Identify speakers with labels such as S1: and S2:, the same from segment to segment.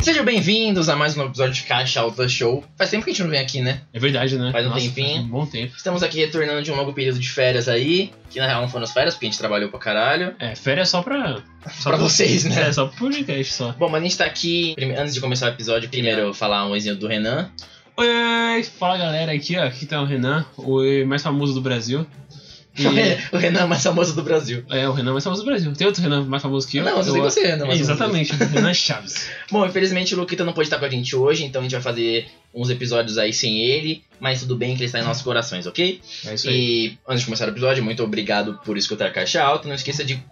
S1: Sejam bem-vindos a mais um episódio de Caixa Alta Show. Faz tempo que a gente não vem aqui, né?
S2: É verdade, né?
S1: Faz um
S2: Nossa,
S1: tempinho.
S2: faz Um bom tempo.
S1: Estamos aqui retornando de um longo período de férias aí, que na real não foram as férias, porque a gente trabalhou pra caralho.
S2: É, férias só pra. Só
S1: Pra vocês, né?
S2: É, só pro podcast só.
S1: Bom, mas a gente tá aqui, prime- antes de começar o episódio, primeiro eu falar um exemplo do Renan.
S2: Oi, oi, oi, fala galera, aqui ó, aqui tá o Renan, o mais famoso do Brasil. E-
S1: o Renan mais famoso do Brasil.
S2: é, o Renan mais famoso do Brasil. Tem outro Renan mais famoso que eu?
S1: Ah, não, você tem
S2: eu,
S1: você, Renan. mais famoso.
S2: Exatamente, o Renan Chaves.
S1: Bom, infelizmente o Luquita não pôde estar com a gente hoje, então a gente vai fazer uns episódios aí sem ele, mas tudo bem que ele está em nossos corações, ok?
S2: É isso aí.
S1: E antes de começar o episódio, muito obrigado por escutar a Caixa Alta. Não esqueça de.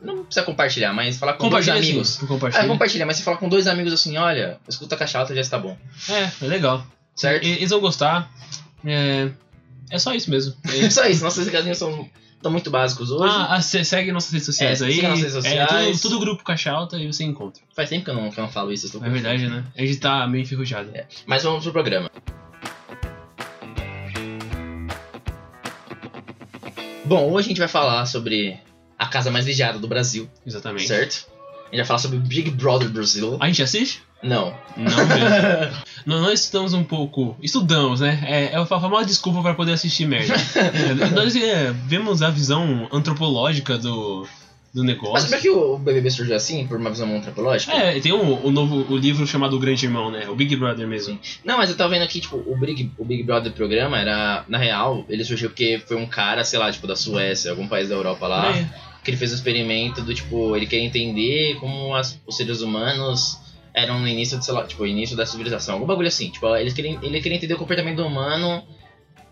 S1: Não precisa compartilhar, mas falar com
S2: Compartilha,
S1: dois amigos.
S2: sim,
S1: Ah,
S2: Compartilha.
S1: compartilha, mas se falar com dois amigos assim, olha, escuta a Caixa Alta já está bom.
S2: É, é legal.
S1: Certo?
S2: E- Eles vão gostar. É, é só isso mesmo.
S1: É só isso, nossos recadinhos são tão muito básicos hoje.
S2: Ah, ah, se- segue nossas redes sociais
S1: É,
S2: aí.
S1: siga nossas redes
S2: É,
S1: sociais.
S2: tudo, tudo grupo Caixa Alta e você encontra.
S1: Faz tempo que eu não, que eu não falo isso, eu tô
S2: É verdade, né? A gente tá meio enferrujado.
S1: Mas vamos pro programa. Bom, hoje a gente vai falar sobre a casa mais vigiada do Brasil,
S2: Exatamente.
S1: certo? A gente vai falar sobre o Big Brother Brasil.
S2: A gente assiste?
S1: Não.
S2: Não mesmo. Nós- Nós estamos um pouco. Estudamos, né? É, é a famosa desculpa para poder assistir merda. É, nós é, vemos a visão antropológica do,
S1: Mas
S2: do negócio.
S1: será que o BBB surgiu assim, por uma visão antropológica?
S2: É, tem um, um novo o livro chamado O Grande Irmão, né? O Big Brother mesmo.
S1: Não, mas eu tava vendo aqui, tipo, o Big, o Big Brother programa era, na real, ele surgiu porque foi um cara, sei lá, tipo, da Suécia, algum país da Europa lá,
S2: É,
S1: que ele fez um experimento do, tipo, ele quer entender como as- os seres humanos eram no início, de, sei lá, tipo, início da civilização, algum bagulho assim, tipo, ele queria, ele queria entender o comportamento humano,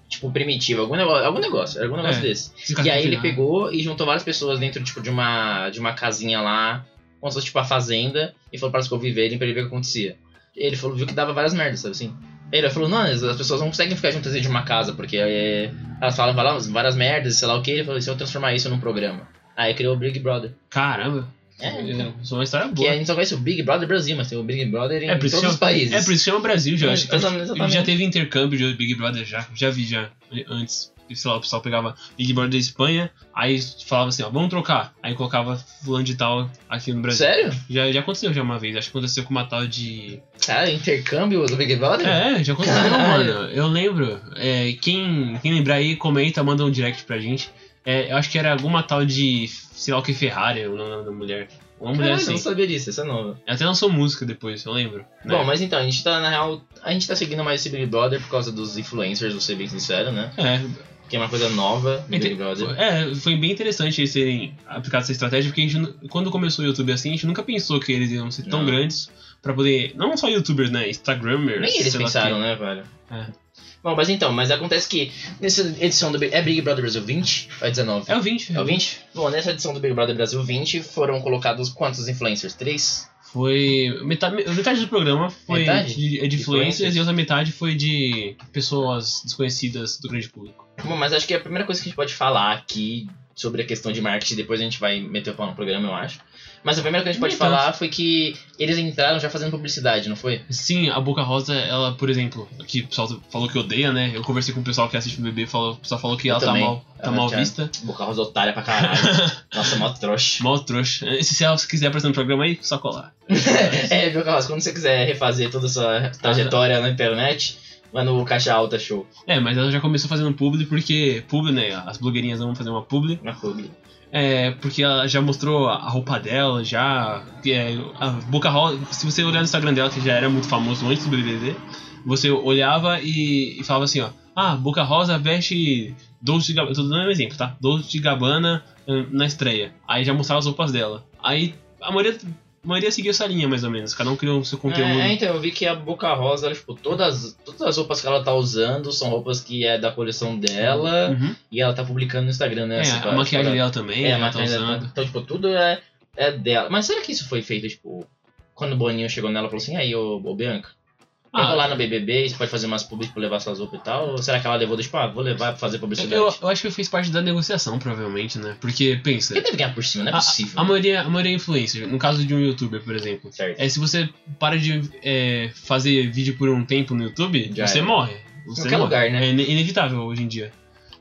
S1: tipo, primitivo, algum negócio, algum negócio, era algum negócio
S2: É.
S1: desse.
S2: fica
S1: E aí ele
S2: complicado.
S1: pegou e juntou várias pessoas dentro, tipo, de uma, de uma casinha lá, como se fosse, tipo, a fazenda, e falou para elas conviverem pra ele ver o que acontecia. Ele falou, viu que dava várias merdas, sabe assim? Ele falou, não, as as pessoas não conseguem ficar juntas dentro de uma casa, porque é, elas falam fala- várias merdas, sei lá o que. Ele falou, se eu transformar isso num programa. Aí criou o Big Brother.
S2: Caramba.
S1: É, então.
S2: É, só uma história
S1: Que
S2: boa.
S1: a gente só conhece o Big Brother Brasil, mas tem o Big Brother em
S2: É, por isso
S1: todos os
S2: que eu-
S1: países.
S2: É, por isso que chama Brasil já. Acho que-
S1: Exatamente, exatamente.
S2: Já teve intercâmbio de Big Brother já, já vi já antes. Sei lá, o pessoal pegava Big Brother da Espanha, aí falava assim, ó, vamos trocar. Aí colocava fulano de tal aqui no Brasil.
S1: Sério?
S2: Já, já aconteceu já uma vez, acho que aconteceu com uma tal de.
S1: Cara, intercâmbio do Big Brother?
S2: É, já aconteceu,
S1: Caralho.
S2: mano. Eu lembro. É, quem, quem lembrar aí, comenta, manda um direct pra gente. É, eu acho que era alguma tal de, sei lá o que, Ferrari, o nome da mulher. Uma mulher
S1: Caralho, eu
S2: assim.
S1: não sabia disso, essa é nova.
S2: Ela até lançou música depois, eu lembro. né?
S1: Bom, mas então, a gente tá, na real, a gente tá seguindo mais esse Big Brother por causa dos influencers, vou ser bem sincero, né?
S2: É,
S1: Que é uma coisa nova do
S2: Ente-
S1: Big Brother.
S2: É, foi bem interessante eles terem aplicado essa estratégia, porque a gente, nu- quando começou o YouTube assim, a gente nunca pensou que eles iam ser tão
S1: Não.
S2: grandes pra poder. Não só youtubers, né? Instagrammers.
S1: Nem eles
S2: sei lá
S1: pensaram, né, velho?
S2: É.
S1: Bom, mas então, mas acontece que nessa edição do Big... É Big Brother Brasil 20 ou é
S2: o
S1: 19?
S2: quê. É o 20.
S1: É o 20? Bom, nessa edição do Big Brother Brasil 20 foram colocados quantos influencers? Três?
S2: Foi. Metade, metade do programa foi
S1: Metade?
S2: de, é de influencers
S1: Influencers.
S2: e a outra metade foi de pessoas desconhecidas do grande público.
S1: Bom, mas acho que a primeira coisa que a gente pode falar aqui sobre a questão de marketing, depois a gente vai meter o pau no programa, eu acho. Mas a primeira coisa que a gente pode
S2: Nem tanto.
S1: falar foi que eles entraram já fazendo publicidade, não foi?
S2: Sim, a Boca Rosa, ela, por exemplo, que o pessoal falou que odeia, né? Eu conversei com o pessoal que assiste o bebê, falou, o pessoal falou que
S1: Eu
S2: ela tá
S1: também.
S2: mal, tá
S1: Ela é
S2: mal
S1: já-
S2: vista.
S1: Boca rosa otária pra caralho. Nossa, mó trouxa.
S2: Mal trouxa. Se ela quiser aparecer no programa aí, só colar.
S1: é, viu, Carlos? Quando você quiser refazer toda a sua trajetória na internet, lá no Caixa Alta Show,
S2: É, mas ela já começou fazendo publi porque. Publi, né? As blogueirinhas vão fazer uma publi.
S1: na clube.
S2: É, porque ela já mostrou a roupa dela, já. É, a Boca Rosa. Se você olhar no Instagram dela, que já era muito famoso antes do BBB, você olhava e, e falava assim, ó. Ah, Boca Rosa veste Dolce Gabbana. Tô dando um exemplo, tá? Dolce Gabbana hum, na estreia. Aí já mostrava as roupas dela. Aí a maioria, a maioria seguiu essa linha, mais ou menos. Cada um criou o seu conteúdo.
S1: É, então, eu vi que a Boca Rosa, ela, tipo, todas, todas as roupas que ela tá usando são roupas que é da coleção dela
S2: Uhum.
S1: e ela tá publicando no Instagram, né?
S2: É,
S1: essa
S2: a
S1: parada.
S2: maquiagem dela também,
S1: É, a
S2: ela tá
S1: maquiagem dela.
S2: usando.
S1: Então, tipo, tudo é, é dela. Mas será que isso foi feito, tipo, quando o Boninho chegou nela e falou assim, aí, ô, ô Bianca? Eu
S2: Ah.
S1: vou lá no BBB, você pode fazer umas publis pra levar suas roupas e tal? Ou será que ela levou, do tipo, ah, vou levar pra fazer publicidade?
S2: Eu, eu acho que fez parte da negociação, provavelmente, né? Porque, pensa,
S1: Ele deve ganhar por cima, não é
S2: a,
S1: possível.
S2: a maioria, a maioria é influencer, no caso de um youtuber, por exemplo,
S1: Certo.
S2: é se você para de é, fazer vídeo por um tempo no YouTube,
S1: Já é.
S2: você
S1: era.
S2: morre. Você
S1: Qualquer
S2: morre.
S1: lugar, né?
S2: É ine- inevitável hoje em dia.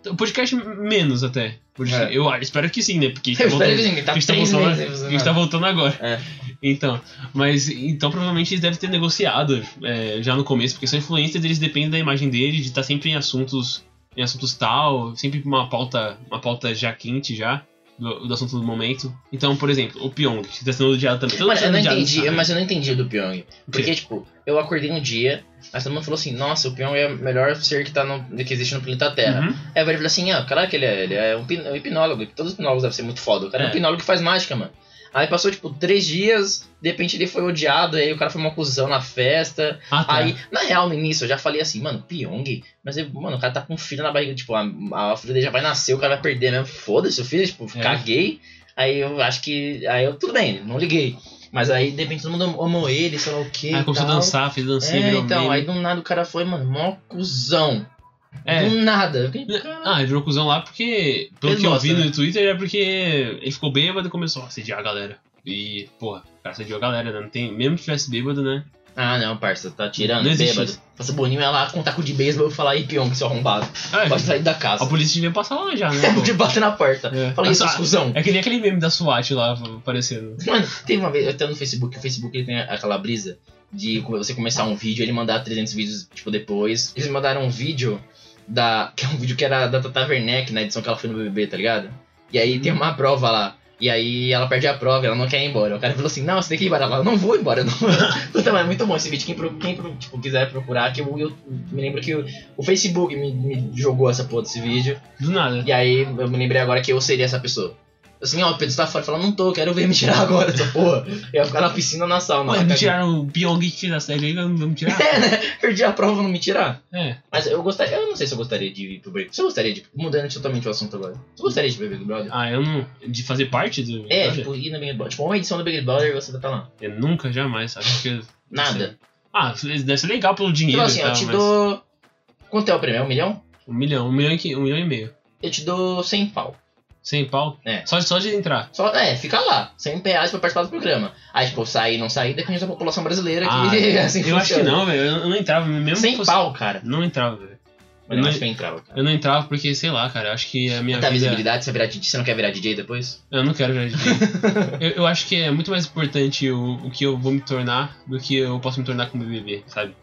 S2: Então, Podcast menos até. Porque
S1: É.
S2: Eu acho- espero que sim, né? Porque
S1: Eu espero que
S2: voltando-
S1: ninguém tá
S2: a gente tá
S1: três
S2: voltando-
S1: meses sem
S2: a
S1: fazer
S2: gente tá
S1: nada.
S2: voltando agora.
S1: É.
S2: Então, mas então provavelmente eles devem ter negociado é, já no começo, porque são influencers, eles dependem da imagem dele, de estar sempre em assuntos em assuntos tal, sempre com uma pauta, uma pauta já quente já do, do assunto do momento. Então, por exemplo, o Pyong, que está sendo odiado também. Todo
S1: Mas
S2: mundo
S1: eu, não
S2: é odiado,
S1: entendi,
S2: sabe?
S1: mas eu não entendi do Pyong.
S2: quê?
S1: Porque, tipo, eu acordei um dia, a todo mundo falou assim, nossa, o Pyong é o melhor ser que, tá no, que existe no planeta Terra.
S2: Uhum.
S1: Aí eu falei assim, ah, caraca, ele é, ele é um pin- um hipnólogo, todos os hipnólogos devem ser muito foda. O cara é,
S2: É.
S1: um hipnólogo que faz mágica, mano. Aí passou, tipo, três dias, de repente ele foi odiado, aí o cara foi uma cuzão na festa.
S2: Ah, tá.
S1: Aí, na real, no início, eu já falei assim, mano, Pyong, mas, ele- mano, o cara tá com um filho na barriga, tipo, a, a filha dele já vai nascer, o cara vai perder mesmo. Foda-se o filho, tipo,
S2: É.
S1: caguei. Aí eu acho que. Aí eu, tudo bem, não liguei. Mas aí, de repente, todo mundo amou ele, sei lá o quê.
S2: Aí
S1: e
S2: Ah, começou a
S1: tal.
S2: dançar, fez dancinha,
S1: É,
S2: virou
S1: então,
S2: meme.
S1: aí do nada o cara foi, mano, mó cuzão.
S2: É.
S1: Do nada. Eu fiquei,
S2: Ah, ele virou cuzão lá porque, pelo
S1: Ele
S2: que eu
S1: gosta,
S2: vi
S1: né?
S2: no Twitter, é porque ele ficou bêbado e começou a assediar a galera. E, porra, o cara assediou a galera, né? Não tem, mesmo que tivesse bêbado, né?
S1: Ah, não, parça, tá tirando,
S2: Não existe
S1: bêbado.
S2: isso.
S1: Passa boninho é lá com um taco de beisebol e falar, aí, peão, que seu arrombado.
S2: Ah,
S1: Pode sair da
S2: a
S1: casa.
S2: polícia devia passar lá já, né?
S1: De
S2: pô?
S1: bater na porta.
S2: É.
S1: Fala
S2: Ah,
S1: isso,
S2: só-
S1: exclusão.
S2: É que nem aquele meme da SWAT lá aparecendo.
S1: Mano, tem uma vez, eu tô no Facebook, o Facebook ele tem aquela brisa de você começar um vídeo, ele mandar 300 vídeos, tipo, depois. Eles mandaram um vídeo da... que é um vídeo que era da Tata Werneck, na edição que ela foi no BBB, tá ligado? E aí tem uma prova lá. E aí ela perde a prova, ela não quer ir embora. O cara falou assim, não, você tem que ir embora. Ela falou, não vou embora, não. Puta, mas é muito bom esse vídeo. Quem, pro- quem pro- tipo, quiser procurar, que eu, eu me lembro que o, o Facebook me, me jogou essa porra desse vídeo.
S2: Do nada.
S1: E aí eu me lembrei agora que eu seria essa pessoa. Assim, ó, o Pedro está fora. Fala, não tô, quero ver me tirar agora dessa porra. Eu ia ficar na piscina ou na sauna.
S2: Ué,
S1: Lá,
S2: me
S1: caguei.
S2: tiraram o Pyong que tira a série aí, vamos vamos tirar?
S1: É, né? Perdi a prova, não me tirar.
S2: É.
S1: Mas eu gostaria. Eu não sei se eu gostaria de ir pro Break. Você gostaria de. Mudando totalmente o assunto agora. Você gostaria de ir pro Big Brother?
S2: Ah, eu não. De fazer parte do.
S1: É,
S2: olha,
S1: tipo, ir no Big Brother. Tipo, uma edição do Big Brother e você vai estar lá.
S2: Eu nunca, jamais, sabe? Porque.
S1: Nada.
S2: Ah, deve ser legal pelo
S1: Tipo
S2: dinheiro.
S1: assim,
S2: e tal,
S1: eu te
S2: mas-
S1: dou. Quanto é o prêmio? É um milhão?
S2: Um milhão, um milhão, e qui- um milhão e meio.
S1: Eu te dou 100 pau.
S2: Sem pau?
S1: É.
S2: Só, só de entrar.
S1: Só, é, fica lá. 100 reais pra participar do programa. Aí, tipo, sair, não sair, depende da população brasileira que é assim
S2: Ah, eu acho que
S1: funciona.
S2: não, velho. Eu eu não entrava mesmo.
S1: Sem
S2: que fosse-
S1: pau, cara.
S2: Não entrava, velho.
S1: Mas não,
S2: Não-
S1: acho que eu entrava, cara.
S2: Eu não entrava porque, sei lá, cara. Eu acho que a minha
S1: Tá,
S2: vida.
S1: visibilidade, você, virar DJ, você não quer virar DJ depois?
S2: Eu não quero virar DJ. eu, eu acho que é muito mais importante o, o que eu vou me tornar do que eu posso me tornar como BBB, sabe?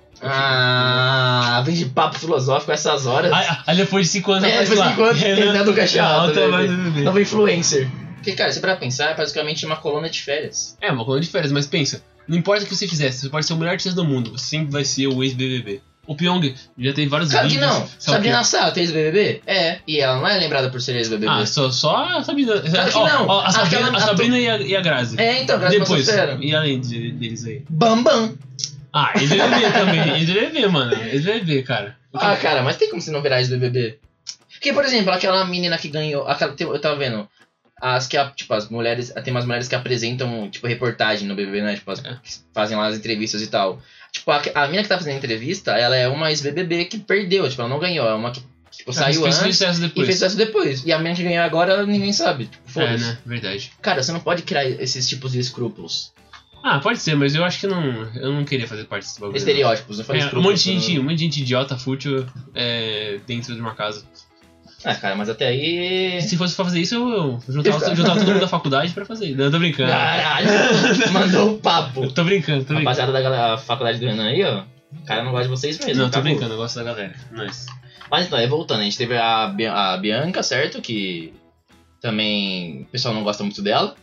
S1: Ah, vem de papo filosófico essas horas.
S2: Aí, Ah, aí depois de cinco anos
S1: É,
S2: aparece
S1: depois de
S2: lá,
S1: cinco anos,
S2: Renan-
S1: tentando caixa
S2: Renan
S1: alta,
S2: Alta
S1: né,
S2: vai
S1: velho?
S2: no BBB.
S1: Novo influencer. Porque, cara, se pra pensar, é basicamente uma coluna de férias.
S2: É, uma coluna de férias, mas pensa, não importa o que você fizer, você pode ser o melhor artista do mundo, você sempre vai ser o ex-BBB. O Pyong já teve vários
S1: Claro que
S2: vídeos.
S1: não.
S2: sabe o quê?
S1: Sabrina Sá, tem ex-BBB? É. E ela não é lembrada por ser ex-BBB.
S2: Ah, só, só a Sabrina.
S1: Claro que
S2: Ó,
S1: não.
S2: ó, a Sabrina,
S1: Aquela-
S2: a Sabrina e, a, e a Grazi.
S1: é, então, graças
S2: Depois,
S1: a Deus.
S2: e além de- deles aí?
S1: Bambam.
S2: Ah, eles BBB também, eles BBB, mano, eles BBB, cara.
S1: Ah, cara, mas tem como você não virar ex-BBB? Porque, por exemplo, aquela menina que ganhou. Aquela, tem- eu tava vendo. As que, a- tipo, as mulheres. Tem umas mulheres que apresentam, tipo, reportagem no BBB, né? Tipo, as-
S2: É.
S1: que fazem lá as entrevistas e tal. Tipo, a, a menina que tá fazendo a entrevista, ela é uma ex-BBB que perdeu, tipo, ela não ganhou. É uma que, tipo, saiu
S2: Mas fez
S1: antes
S2: sucesso
S1: e
S2: depois.
S1: fez sucesso depois. E a menina que ganhou agora, ninguém sabe. Tipo,
S2: É,
S1: foda-se.
S2: né? Verdade.
S1: Cara, você não pode criar esses tipos de escrúpulos.
S2: Ah, pode ser, mas eu acho que não. Eu não queria fazer parte desse bagulho.
S1: Estereótipos, não
S2: não.
S1: faz
S2: É, um
S1: escrúpulos.
S2: monte de gente, um monte de gente idiota, fútil, é, dentro de uma casa.
S1: Ah, cara, mas até aí.
S2: Se fosse pra fazer isso, eu juntava, juntava todo mundo da faculdade pra fazer. Não, eu tô brincando.
S1: Ah, Caralho, mandou o papo.
S2: Eu tô brincando, tô brincando.
S1: Rapaziada da galera- faculdade do Renan aí, ó. O cara não gosta de vocês mesmo.
S2: Não, eu tô
S1: acabou.
S2: brincando, eu gosto da galera. Nice.
S1: Mas então, aí voltando, a gente teve a, Bi- a Bianca, certo? Que também o pessoal não gosta muito dela.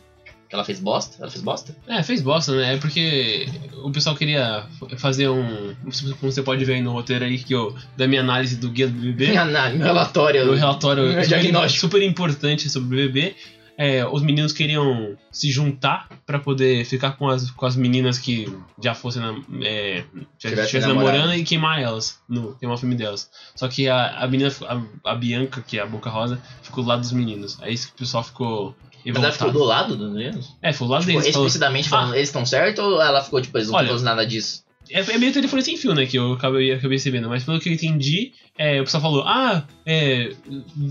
S1: Que ela fez bosta. Ela fez bosta?
S2: É, fez bosta, né? É porque o pessoal queria f- fazer um. Como você pode ver aí no roteiro aí que eu, da minha análise do guia do BBB,
S1: Minha na- meu relatório.
S2: o relatório
S1: Meu
S2: super,
S1: diagnóstico.
S2: super importante sobre o BBB. é, os meninos queriam se juntar pra poder ficar com as, com as meninas que já fossem na, é, já
S1: Tivessem
S2: estivessem
S1: namorado.
S2: namorando e queimar elas no queimar o filme delas. Só que a, a menina, fi- a, a Bianca, que é a Boca Rosa, ficou do lado dos meninos. Aí o pessoal ficou.
S1: Mas ela ficou
S2: revoltado.
S1: do lado dos meninos?
S2: É, foi do lado
S1: Tipo,
S2: deles. falou- Ah!
S1: explicitamente falando, eles estão certo ou ela ficou, tipo, eles não
S2: Olha,
S1: estão nada disso?
S2: É, é meio telefone sem fio, né? Que eu acabei, acabei recebendo. Mas pelo que eu entendi, é, o pessoal falou: Ah, é,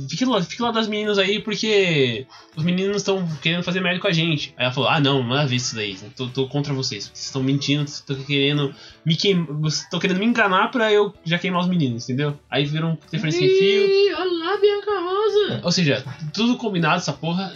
S2: fique, lá, fique lá das meninas aí, porque os meninos estão querendo fazer merda com a gente. Aí ela falou: Ah, não, nada a ver isso daí. Tô, tô contra vocês. Vocês estão mentindo, vocês estão querendo me queimar. Estão querendo me enganar pra eu já queimar os meninos, entendeu? Aí viram telefone sem fio.
S1: Ih, olha lá, Bianca Rosa.
S2: Ou seja, tudo combinado, essa porra.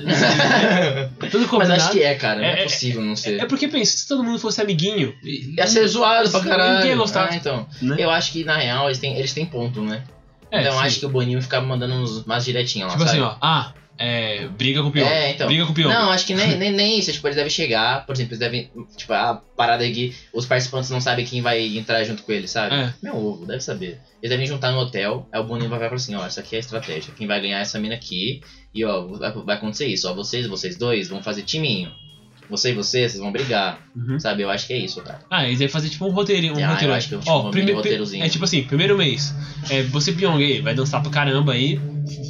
S2: tudo
S1: Mas
S2: combinado.
S1: acho que é, cara. Não é,
S2: É-
S1: possível não ser.
S2: É porque pensa, se todo mundo fosse amiguinho. e-
S1: Ia ser zoado pra
S2: Sim,
S1: caralho.
S2: ninguém ia gostar.
S1: Ah, então.
S2: Né?
S1: Eu acho que, na real, eles têm, eles têm ponto, né?
S2: É,
S1: então
S2: sim.
S1: acho que o Boninho ficava mandando uns, umas direitinhas lá,
S2: Tipo
S1: sabe?
S2: assim, ó. Ah, é. Briga com o peão.
S1: É, então.
S2: Briga com o peão.
S1: Não, acho que nem, nem, nem isso. Tipo, eles devem chegar, por exemplo, eles devem. Tipo, a parada é que os participantes não sabem quem vai entrar junto com eles, sabe?
S2: É.
S1: Meu ovo, deve saber. Eles devem juntar no hotel, aí o Boninho vai falar assim: ó, essa aqui é a estratégia. Quem vai ganhar é essa mina aqui, e ó, vai, vai acontecer isso. Ó, vocês, vocês dois vão fazer timinho. Você e você, vocês vão brigar.
S2: Uhum.
S1: Sabe? Eu acho que é isso, cara.
S2: Ah, eles iam fazer tipo um roteirinho. Um
S1: Ah, eu
S2: roteiro.
S1: acho que eu vou
S2: ó,
S1: combinei
S2: primeiro.
S1: um roteirozinho.
S2: É tipo assim, primeiro mês. É, você peão gay, vai dançar pra caramba aí.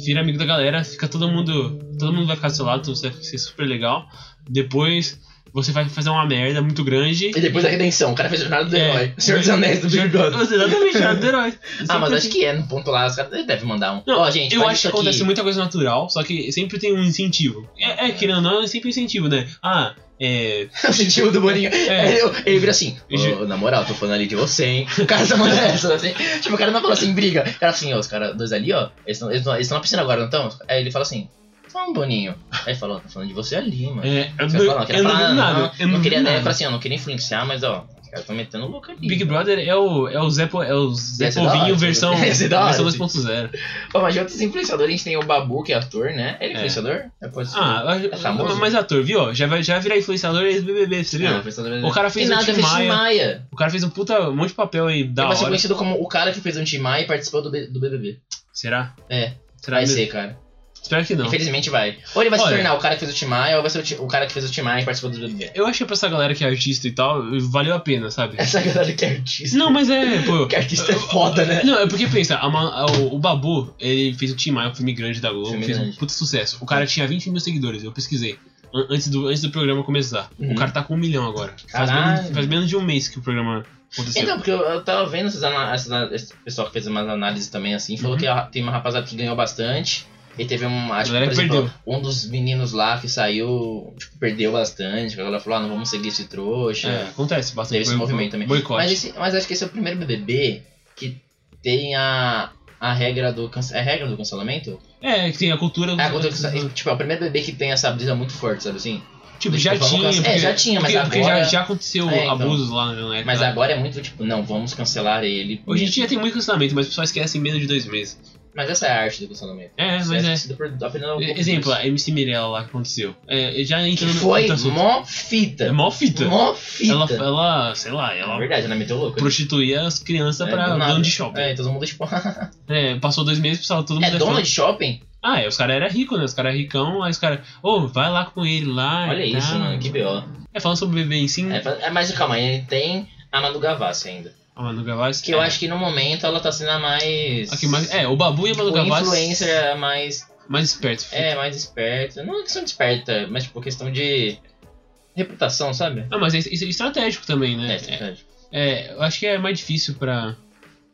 S2: Vira amigo da galera, fica todo mundo. Todo mundo vai ficar do seu lado, você vai ser super legal. Depois. Você vai fazer uma merda muito grande.
S1: E depois a redenção, o cara fez a jornada do
S2: É.
S1: herói. Senhor dos Anéis do Big Brother.
S2: Você Exatamente, é do herói.
S1: Ah, mas
S2: Sempre
S1: acho que é, no ponto lá, os caras devem mandar um.
S2: Não,
S1: Ó, gente,
S2: assim, Eu
S1: faz
S2: acho
S1: isso
S2: que acontece
S1: aqui.
S2: muita coisa natural, só que sempre tem um incentivo. É, é, querendo ou não, é sempre um incentivo, né? Ah, é.
S1: O objetivo do Boninho.
S2: É.
S1: Ele, ele vira assim,
S2: Ju-
S1: "Ô, na moral, tô falando ali de você, hein? O cara tá mandando essa, assim. Tipo, o cara não fala assim, briga. O cara assim, ó, os caras dois ali, ó, eles estão eles tão- eles tão na piscina agora, não estão? Aí ele fala assim, não, Boninho. Aí ele fala, ó, tô falando de você ali, mano.
S2: é eu
S1: Você
S2: não,
S1: fala, não, queria
S2: eu não
S1: falar,
S2: duvido
S1: não,
S2: nada.
S1: não,
S2: eu não
S1: não queria, né?
S2: duvido
S1: Eu
S2: nada.
S1: falo assim, ó, não queria influenciar, mas ó, os caras tão metendo louco ali.
S2: Big Brother é o, é o Zé, Po- é o Zé
S1: Esse é da hora,
S2: Povinho
S1: esse-
S2: versão,
S1: esse é da hora,
S2: versão
S1: esse.
S2: 2.0.
S1: Pô, mas de outros influenciadores, a gente tem o Babu, que é ator, né? Ele é
S2: É.
S1: influenciador? É, pode ser.
S2: Ah, eu-
S1: É famoso. É.
S2: mas ator, viu? ó? Já vai já vai virar influenciador ex-BBB, você viu?
S1: Não, influenciador-
S2: O cara fez
S1: Tem
S2: o
S1: nada,
S2: Tim
S1: fez Tim
S2: Maia.
S1: Maia.
S2: O cara fez um puta um monte de papel aí da
S1: Ele vai ser
S2: hora.
S1: conhecido como o cara que fez um Timar e participou do, B- do BBB.
S2: Será?
S1: É,
S2: Será
S1: vai
S2: mesmo?
S1: ser, cara.
S2: Espero que não.
S1: Infelizmente vai. Ou ele vai se
S2: Olha.
S1: tornar o cara que fez o Timar, ou vai ser o, Ti- o cara que fez o Timar e participou do BBB.
S2: Eu acho que pra essa galera que é artista e tal, valeu a pena, sabe?
S1: Essa galera que é artista.
S2: Não, mas é, pô.
S1: Que artista é foda, né?
S2: Não, é porque pensa, a Ma- a- o, o Babu, ele fez o Tim Maia, um filme grande da Globo,
S1: Filme
S2: fez
S1: grande.
S2: um puta sucesso. O cara tinha 20 mil seguidores, eu pesquisei. an- Antes do, antes do programa começar.
S1: Uhum.
S2: O cara tá com um milhão agora. Faz
S1: Caralho.
S2: menos, faz menos de um mês que o programa aconteceu.
S1: Então, porque eu, eu tava vendo essas, ana- essas ana- esse pessoal que fez umas análises também, assim, falou
S2: Uhum.
S1: que a- tem uma rapaziada que ganhou bastante. E teve um. Acho,
S2: galera
S1: por exemplo,
S2: perdeu.
S1: um dos meninos lá que saiu, tipo, perdeu bastante. A galera falou, ah, não vamos seguir esse trouxa.
S2: é, acontece bastante.
S1: Teve esse
S2: Boi-
S1: movimento também.
S2: Boicote.
S1: Mas, esse- mas acho que esse é o primeiro BBB que tem a, a regra do cancelamento. É a regra do cancelamento?
S2: É, que tem a cultura.
S1: É, quando- tipo, é o primeiro BBB que tem essa brisa muito forte, sabe assim?
S2: tipo, já
S1: vamos
S2: tinha.
S1: cancelar. É, já tinha, mas
S2: porque, porque
S1: agora-
S2: já, já aconteceu
S1: É, então.
S2: abusos lá na galera.
S1: Mas agora é muito tipo, não, vamos cancelar ele.
S2: Hoje em dia tem muito cancelamento, mas o pessoal esquece em menos de dois meses.
S1: Mas essa é a arte do cancelamento.
S2: É,
S1: Isso
S2: mas é.
S1: esquecido por- apenas um pouco
S2: Exemplo,
S1: disso.
S2: a MC Mirella lá que aconteceu. É, já
S1: Que
S2: entrando
S1: foi
S2: outro assunto.
S1: mó fita.
S2: É mó fita.
S1: Mó fita.
S2: Ela, ela, sei lá,
S1: Na
S2: ela
S1: É verdade, ela meteu louco.
S2: prostituía as crianças tá pra
S1: do nada.
S2: dono de shopping.
S1: É, todo mundo tipo. é
S2: É, passou dois meses, pessoal, todo mundo é
S1: dono
S2: fã.
S1: de shopping?
S2: Ah, é, os caras eram ricos, né? Os caras eram ricão, aí os caras, ô, vai lá com ele lá.
S1: Olha
S2: e
S1: isso,
S2: tal.
S1: mano, que B.O.
S2: É, falando sobre o bebê em si,
S1: É, fa- é, mas calma, aí tem a Manu Gavassi ainda.
S2: a Manu Gavassi.
S1: Que eu
S2: é,
S1: acho que no momento ela tá sendo a mais.
S2: a que mais- é, o Babu e a Manu
S1: o
S2: Gavassi.
S1: influencer é a mais.
S2: Mais esperto.
S1: É, mais esperta. Não é questão de esperta, mas tipo, questão de. reputação, sabe?
S2: Ah, mas é, isso é estratégico também, né?
S1: É, estratégia.
S2: É, eu acho que é mais difícil pra.